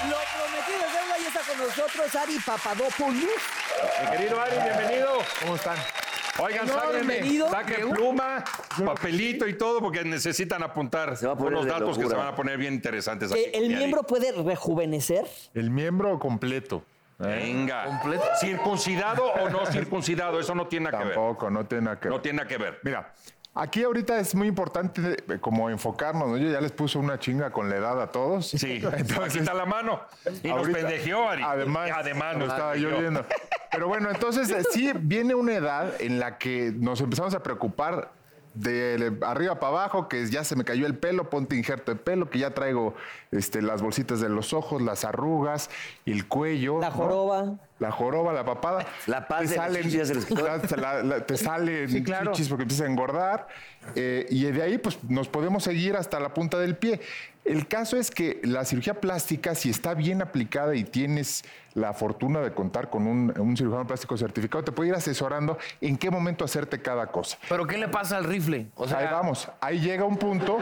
[SPEAKER 1] Lo prometido es deuda y está con nosotros Ari Papadopoulos.
[SPEAKER 2] Mi querido Ari, bienvenido.
[SPEAKER 5] ¿Cómo están?
[SPEAKER 2] Oigan,
[SPEAKER 1] Bienvenido. Eh,
[SPEAKER 2] saquen, saquen pluma, papelito y todo, porque necesitan apuntar
[SPEAKER 3] Se va a poner
[SPEAKER 2] unos
[SPEAKER 3] de
[SPEAKER 2] datos que
[SPEAKER 3] locura.
[SPEAKER 2] se van a poner bien interesantes. aquí
[SPEAKER 1] Eh,
[SPEAKER 2] con
[SPEAKER 1] ¿El
[SPEAKER 2] mi Ari.
[SPEAKER 1] miembro puede rejuvenecer?
[SPEAKER 4] El miembro completo. ¿eh?
[SPEAKER 2] Venga.
[SPEAKER 5] Completo.
[SPEAKER 2] ¿Circuncidado o
[SPEAKER 4] *laughs*
[SPEAKER 2] no circuncidado? Eso no tiene nada que ver.
[SPEAKER 4] Tampoco, no tiene nada que ver.
[SPEAKER 2] No tiene nada que
[SPEAKER 4] *laughs*
[SPEAKER 2] ver.
[SPEAKER 4] Mira, aquí ahorita es muy importante eh, como enfocarnos, ¿no? Yo ya les puse una chinga con la edad a todos.
[SPEAKER 2] Sí, aquí está la mano. Y
[SPEAKER 4] Pues, Ahorita-
[SPEAKER 2] nos pendejeó, Ari.
[SPEAKER 4] Además,
[SPEAKER 2] Además,
[SPEAKER 4] lo
[SPEAKER 2] nos
[SPEAKER 4] estaba yo
[SPEAKER 2] pendejeó.
[SPEAKER 4] viendo. Pero bueno, entonces eh, sí viene una edad en la que nos empezamos a preocupar de arriba para abajo, que ya se me cayó el pelo, ponte injerto de pelo, que ya traigo este, las bolsitas de los ojos, las arrugas, el cuello.
[SPEAKER 1] La
[SPEAKER 4] ¿no?
[SPEAKER 1] joroba.
[SPEAKER 4] La joroba, la papada.
[SPEAKER 3] La panza
[SPEAKER 4] Te
[SPEAKER 3] y las
[SPEAKER 4] salen,
[SPEAKER 3] chichis del escritorio.
[SPEAKER 4] te la- la- te salen
[SPEAKER 7] claro.
[SPEAKER 4] chichis porque empieza a engordar. eh, y de ahí, pues, nos podemos seguir hasta la punta del pie. El caso es que la cirugía plástica, si está bien aplicada y tienes la fortuna de contar con un, un cirujano plástico certificado, te puede ir asesorando en qué momento hacerte cada cosa.
[SPEAKER 5] ¿Pero qué le pasa al rifle? O sea,
[SPEAKER 4] Ahí vamos, ahí llega un punto.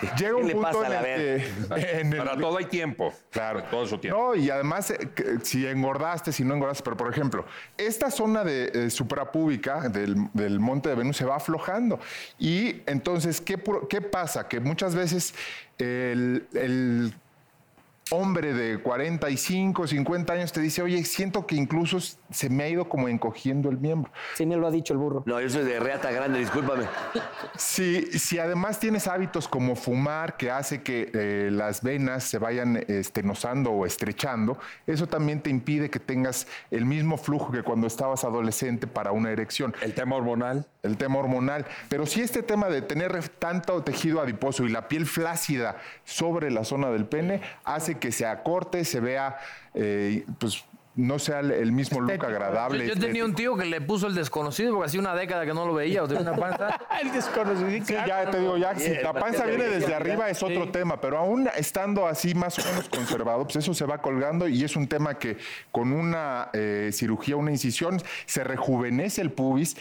[SPEAKER 4] Llega
[SPEAKER 3] ¿Qué
[SPEAKER 4] un
[SPEAKER 3] le
[SPEAKER 4] punto
[SPEAKER 3] pasa a
[SPEAKER 4] en
[SPEAKER 3] la
[SPEAKER 4] el, que, en el
[SPEAKER 2] Para todo hay tiempo.
[SPEAKER 4] Claro.
[SPEAKER 2] Todo su tiempo.
[SPEAKER 4] No, y además, eh, que- si engordaste, si no engordaste, pero por ejemplo, esta zona de eh, suprapúbica del, del monte de Venus se va aflojando. Y entonces, ¿qué, pu- qué pasa? Que muchas veces el- el hombre de 45, 50 años te dice, oye, siento que incluso se me ha ido como encogiendo el miembro.
[SPEAKER 1] Sí, me lo ha dicho el burro.
[SPEAKER 3] No, yo soy de Reata Grande, discúlpame.
[SPEAKER 4] Si, si además tienes hábitos como fumar, que hace que eh, las venas se vayan estenosando o estrechando, eso también te impide que tengas el mismo flujo que cuando estabas adolescente para una erección.
[SPEAKER 2] El tema hormonal.
[SPEAKER 4] El tema hormonal. Pero si este tema de tener ref- tanto tejido adiposo y la piel flácida sobre la zona del pene hace que se acorte, se vea eh, pues,
[SPEAKER 6] no sea el, el mismo look agradable.
[SPEAKER 5] Yo, yo tenía un tío que le puso el desconocido porque hacía una década que no lo veía o tenía una panza.
[SPEAKER 4] Ah, El desconocido.
[SPEAKER 6] Sí, ya te digo, ya si la panza viene desde arriba es otro tema, pero aún estando así más o menos conservado, pues eso se va colgando y es un tema que con una eh, cirugía, una incisión, se rejuvenece el pubis,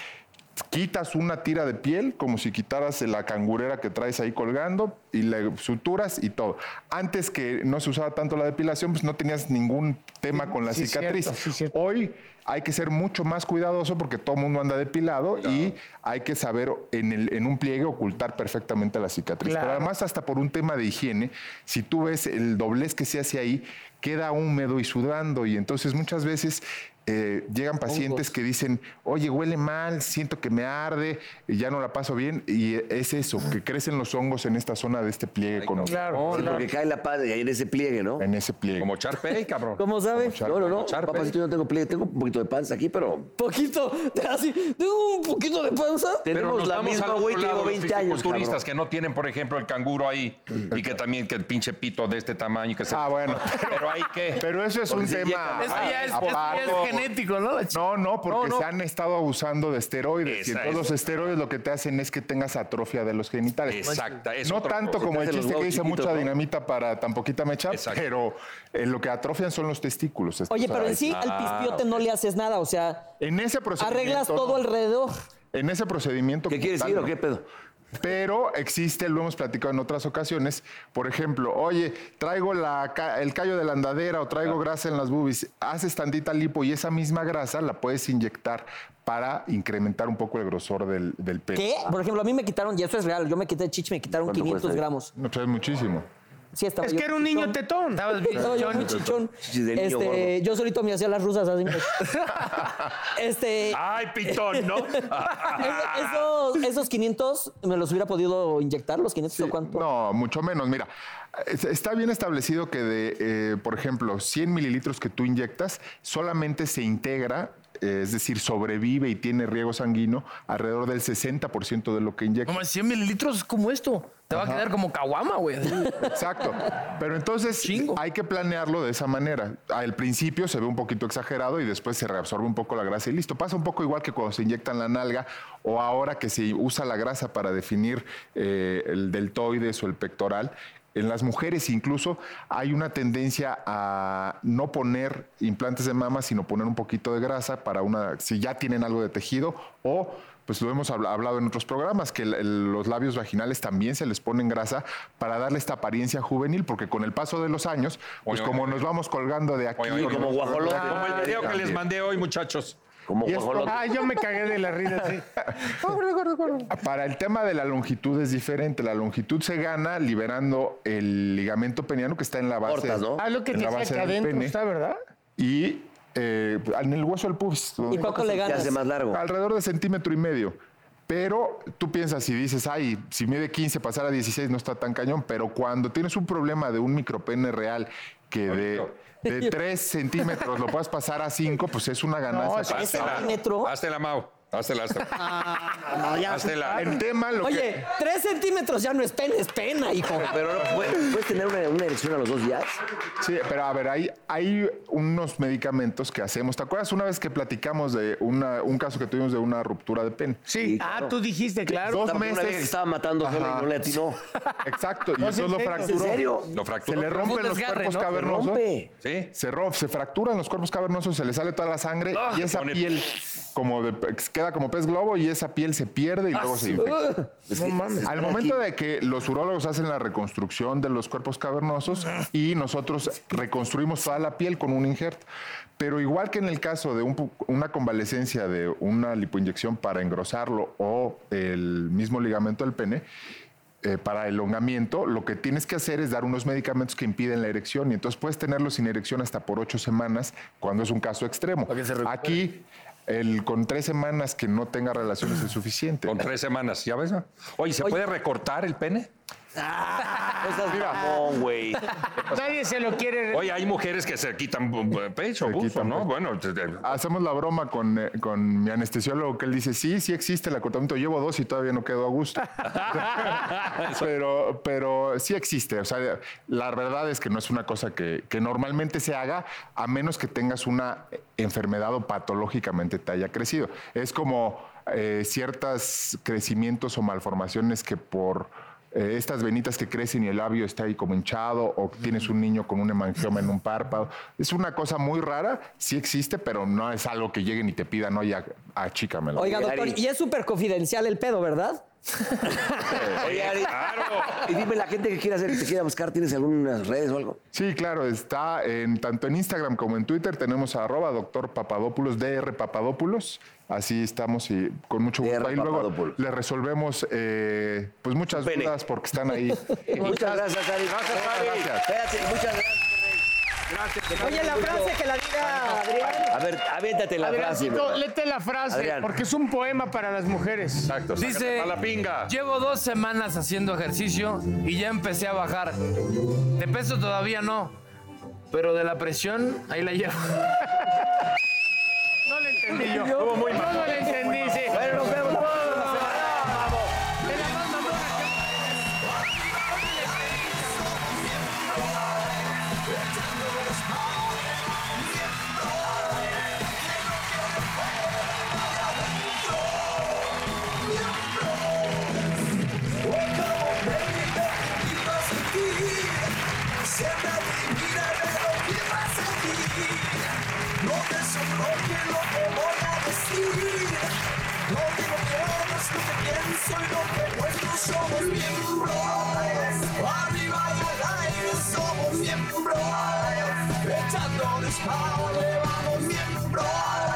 [SPEAKER 6] quitas una tira de piel como si quitaras la cangurera que traes ahí colgando y le suturas y todo. Antes que no se usaba tanto la depilación, pues no tenías ningún tema con la
[SPEAKER 4] Sí,
[SPEAKER 6] cicatriz.
[SPEAKER 4] cierto, sí, cierto.
[SPEAKER 6] Hoy hay que ser mucho más cuidadoso porque todo el mundo anda depilado y hay que saber en, el- en un pliegue ocultar perfectamente la cicatriz.
[SPEAKER 4] Claro.
[SPEAKER 6] Pero además hasta por un tema de higiene, si tú ves el doblez que se hace ahí, queda húmedo y sudando y entonces muchas veces... eh, llegan pacientes que dicen, oye, huele mal, siento que me arde, ya no la paso bien, y es eso, que crecen los hongos en esta zona de este pliegue
[SPEAKER 4] *laughs*
[SPEAKER 6] con
[SPEAKER 4] Claro.
[SPEAKER 3] Sí, porque cae la paz y ahí en ese pliegue, ¿no?
[SPEAKER 6] en ese pliegue.
[SPEAKER 2] Como Charpey, cabrón.
[SPEAKER 1] ¿Cómo sabe?
[SPEAKER 3] No, no, no.
[SPEAKER 2] Charpe.
[SPEAKER 3] Papacito, yo no tengo pliegue. Tengo un poquito de panza aquí, pero.
[SPEAKER 1] Poquito, *laughs* así, tengo un poquito de panza.
[SPEAKER 3] Tenemos la misma, güey, que llevo 20 años.
[SPEAKER 2] turistas
[SPEAKER 3] cabrón.
[SPEAKER 2] que no tienen, por ejemplo, el canguro ahí y que también que el pinche pito de este tamaño que se...
[SPEAKER 6] Ah, bueno.
[SPEAKER 2] *laughs* Pero hay que...
[SPEAKER 6] Pero eso es un tema.
[SPEAKER 5] Eso
[SPEAKER 6] ah,
[SPEAKER 5] ya es, eso ya
[SPEAKER 6] aparte.
[SPEAKER 5] es genético, ¿no? La ch-
[SPEAKER 6] No, no, porque
[SPEAKER 5] No, no.
[SPEAKER 6] se han estado abusando de esteroides. y
[SPEAKER 2] Esa
[SPEAKER 6] entonces
[SPEAKER 2] es.
[SPEAKER 6] los esteroides lo que te hacen es que tengas atrofia de los genitales.
[SPEAKER 2] Exacta, es
[SPEAKER 6] no
[SPEAKER 2] otro-
[SPEAKER 6] tanto como
[SPEAKER 3] Te hacen
[SPEAKER 6] el
[SPEAKER 3] Pues, los
[SPEAKER 6] chiste que
[SPEAKER 3] huevos
[SPEAKER 6] dice
[SPEAKER 3] chiquitos,
[SPEAKER 6] mucha
[SPEAKER 3] ¿no?
[SPEAKER 6] dinamita para tan poquita mecha,
[SPEAKER 2] Exacto.
[SPEAKER 6] pero eh, lo que atrofian son los testículos. Esto,
[SPEAKER 1] Oye,
[SPEAKER 6] o sea,
[SPEAKER 1] pero en sí
[SPEAKER 6] es-
[SPEAKER 1] al pispiote no le haces nada, o sea,
[SPEAKER 6] En ese procedimiento.
[SPEAKER 1] arreglas todo
[SPEAKER 6] no.
[SPEAKER 1] alrededor.
[SPEAKER 6] En ese procedimiento.
[SPEAKER 3] ¿Qué
[SPEAKER 6] como
[SPEAKER 3] quieres
[SPEAKER 6] tal,
[SPEAKER 3] decir o
[SPEAKER 6] no.
[SPEAKER 3] qué pedo?
[SPEAKER 6] Pero existe, lo hemos platicado en otras ocasiones, por ejemplo, oye, traigo la ca- el callo de la andadera o traigo grasa en las boobies, haces tantita lipo y esa misma grasa la puedes inyectar para incrementar un poco el grosor del, del pelo.
[SPEAKER 1] ¿Qué? Por ejemplo, a mí me quitaron, y eso es real, yo me quité el chichi, me quitaron
[SPEAKER 3] ¿Cuánto
[SPEAKER 1] 500
[SPEAKER 3] cuesta?
[SPEAKER 1] gramos.
[SPEAKER 6] No, pues es muchísimo.
[SPEAKER 1] Sí, estaba
[SPEAKER 4] Es
[SPEAKER 1] yo
[SPEAKER 4] que era un niño
[SPEAKER 1] chichón.
[SPEAKER 4] tetón.
[SPEAKER 5] Estabas
[SPEAKER 1] *laughs*
[SPEAKER 5] bien
[SPEAKER 1] Estaba yo muy
[SPEAKER 5] chichón.
[SPEAKER 1] chichón.
[SPEAKER 3] Chichis de niño
[SPEAKER 1] Este,
[SPEAKER 3] gordo.
[SPEAKER 1] yo solito me hacía las rusas
[SPEAKER 3] *laughs*
[SPEAKER 1] así. me- este,
[SPEAKER 2] ¡Ay, pitón, no!
[SPEAKER 3] Ah.
[SPEAKER 1] eso- esos, esos 500 me los hubiera podido inyectar, los 500 o cuánto.
[SPEAKER 6] No, mucho menos. Mira, es- está bien establecido que de, eh, por ejemplo, 100 mililitros que tú inyectas, solamente se integra, eh, es decir, sobrevive y tiene riego sanguíneo alrededor del 60% de lo que inyectas.
[SPEAKER 5] Como 100 mililitros es como esto. Te va a quedar como caguama, güey. así.
[SPEAKER 6] Exacto. Pero entonces
[SPEAKER 5] Chingo.
[SPEAKER 6] hay que planearlo de esa manera. Al principio se ve un poquito exagerado y después se reabsorbe un poco la grasa y listo. Pasa un poco igual que cuando se inyectan la nalga o ahora que se usa la grasa para definir eh, el deltoides o el pectoral. En las mujeres incluso hay una tendencia a no poner implantes de mama, sino poner un poquito de grasa para una, si ya tienen algo de tejido o pues lo hemos habla- hablado en otros programas, que el- el- los labios vaginales también se les ponen grasa para darle esta apariencia juvenil, porque con el paso de los años, pues
[SPEAKER 2] Oye,
[SPEAKER 6] como
[SPEAKER 2] oye.
[SPEAKER 6] nos vamos colgando de aquí...
[SPEAKER 2] Oye, oye,
[SPEAKER 6] o
[SPEAKER 2] como
[SPEAKER 6] nos-
[SPEAKER 3] guajolote.
[SPEAKER 2] Como el video que les mandé hoy, muchachos.
[SPEAKER 3] Como
[SPEAKER 6] Y esto-
[SPEAKER 3] guajolote.
[SPEAKER 4] *laughs* Ah, yo me cagué de la risa, sí.
[SPEAKER 6] Para el tema de la longitud es diferente. La longitud se gana liberando el ligamento peniano que está en la base,
[SPEAKER 3] Cortas, ¿no?
[SPEAKER 4] Ah, lo que
[SPEAKER 6] en la
[SPEAKER 4] tienes
[SPEAKER 6] base
[SPEAKER 4] acá
[SPEAKER 6] del
[SPEAKER 4] adentro
[SPEAKER 6] pene
[SPEAKER 4] está, ¿verdad?
[SPEAKER 6] y eh, en el hueso del pubis.
[SPEAKER 1] ¿Y cuánto le
[SPEAKER 3] Te
[SPEAKER 1] ganas?
[SPEAKER 3] hace más largo.
[SPEAKER 6] Alrededor de centímetro y medio. Pero tú piensas y dices, ay, si mide 15, pasar a 16 no está tan cañón. Pero cuando tienes un problema de un micropene real que de, de 3 centímetros lo puedas pasar a 5, pues es una
[SPEAKER 4] No,
[SPEAKER 6] ganancia.
[SPEAKER 4] es-
[SPEAKER 1] ¿Ese centímetro?
[SPEAKER 2] Hazte Mau. Hazte la
[SPEAKER 6] el tema, lo
[SPEAKER 1] Oye, 3 centímetros ya no es pena, es pena,
[SPEAKER 3] *laughs*
[SPEAKER 1] hijo.
[SPEAKER 3] Pero no, ¿puedes, puedes tener una, una erección a los dos días?
[SPEAKER 6] que... Sí, pero a ver, hay, hay unos medicamentos que hacemos. ¿Te acuerdas una vez que platicamos de una, un caso que tuvimos de una ruptura de pene?
[SPEAKER 4] Sí. Ah, tú dijiste, claro.
[SPEAKER 6] Dos
[SPEAKER 3] Estaba con Una vieja que
[SPEAKER 6] meses.
[SPEAKER 3] estaba matando sola y no le atinó.
[SPEAKER 6] Exacto. Y eso lo
[SPEAKER 4] serio?
[SPEAKER 3] ¿En
[SPEAKER 6] fracturó.
[SPEAKER 3] serio?
[SPEAKER 2] Lo
[SPEAKER 6] Se
[SPEAKER 2] fracturó.
[SPEAKER 6] le rompen los
[SPEAKER 5] desgarre,
[SPEAKER 6] cuerpos
[SPEAKER 5] ¿no? Se
[SPEAKER 6] cavernosos.
[SPEAKER 3] Rompe.
[SPEAKER 2] ¿Sí?
[SPEAKER 6] Se, ro- se fracturan los cuerpos cavernosos, se le sale toda la sangre y esa
[SPEAKER 2] pone-
[SPEAKER 6] piel como de pe- queda como pez globo y esa piel se pierde y luego se infecta.
[SPEAKER 3] Es que-
[SPEAKER 6] Al momento de que los urólogos hacen la reconstrucción de los cuerpos cavernosos y nosotros reconstruimos toda la piel con un injerto. Pero igual que en el caso de un pu- una convalecencia de una lipoinyección para engrosarlo o el mismo ligamento del pene, eh, para elongamiento, lo que tienes que hacer es dar unos medicamentos que impiden la erección y entonces puedes tenerlo sin erección hasta por ocho semanas cuando es un caso extremo. Aquí, el con tres semanas que no tenga relaciones es suficiente.
[SPEAKER 2] Con tres semanas, ¿ya ves? no? Oye, ¿se
[SPEAKER 1] Oye.
[SPEAKER 2] puede recortar el pene?
[SPEAKER 3] No seas mamón, güey.
[SPEAKER 4] Nadie se lo quiere.
[SPEAKER 2] Oye, hay mujeres que se quitan bu- bu- pecho,
[SPEAKER 6] Se
[SPEAKER 2] bufo,
[SPEAKER 6] quitan
[SPEAKER 2] ¿no?
[SPEAKER 6] pecho.
[SPEAKER 2] Bueno, te- te-
[SPEAKER 6] Hacemos la broma con, eh, con mi anestesiólogo que él dice, sí, sí existe el acortamiento, llevo dos y todavía no quedo a gusto. pero, pero sí existe. O sea, la verdad es que no es una cosa que, que normalmente se haga a menos que tengas una enfermedad o patológicamente te haya crecido. Es como eh, ciertos crecimientos o malformaciones que por... eh, estas venitas que crecen y el labio está ahí como hinchado o tienes un niño con un hemangioma en un párpado. Es una cosa muy rara, sí existe, pero no es algo que lleguen y te pidan, oye, achícamelo.
[SPEAKER 1] Oiga, doctor,
[SPEAKER 3] Ari.
[SPEAKER 1] y es súper confidencial el pedo, ¿verdad?
[SPEAKER 3] Oye, Ari, Y dime, la gente que quiera hacer, te quiera buscar, ¿tienes algunas redes o algo?
[SPEAKER 6] Sí, claro, está en tanto en Instagram como en Twitter tenemos a arroba doctor Papadopoulos, DR Papadopoulos. Así estamos y con mucho gusto.
[SPEAKER 3] DR
[SPEAKER 6] Ahí luego
[SPEAKER 3] Papadopoulos.
[SPEAKER 6] le resolvemos eh, pues muchas
[SPEAKER 3] Pene.
[SPEAKER 6] dudas porque
[SPEAKER 3] *laughs*
[SPEAKER 6] están ahí.
[SPEAKER 3] Muchas gracias, Ari.
[SPEAKER 6] Gracias, Ari.
[SPEAKER 3] Espérate, muchas gracias.
[SPEAKER 1] Oye, la frase que la diga Adrián.
[SPEAKER 3] A ver, aviéntate la frase.
[SPEAKER 4] Adriancito,
[SPEAKER 3] güey.
[SPEAKER 4] léete la frase,
[SPEAKER 3] Adrián.
[SPEAKER 4] porque es un poema para las mujeres.
[SPEAKER 2] exacto.
[SPEAKER 5] Dice,
[SPEAKER 2] A la pinga.
[SPEAKER 5] llevo dos semanas haciendo ejercicio y ya empecé a bajar. De peso todavía no, pero de la presión ahí la llevo.
[SPEAKER 4] No le entendí yo. no, no le entendí, sí.
[SPEAKER 3] Bueno, nos vemos.
[SPEAKER 8] Siempre adivina de lo que vas a sentir. No te sonrojes lo que voy a decir. No digo que hagas lo que pienso y lo que muestro. Somos miembros. Arriba y al aire somos miembros. Echando de espalda vamos miembros.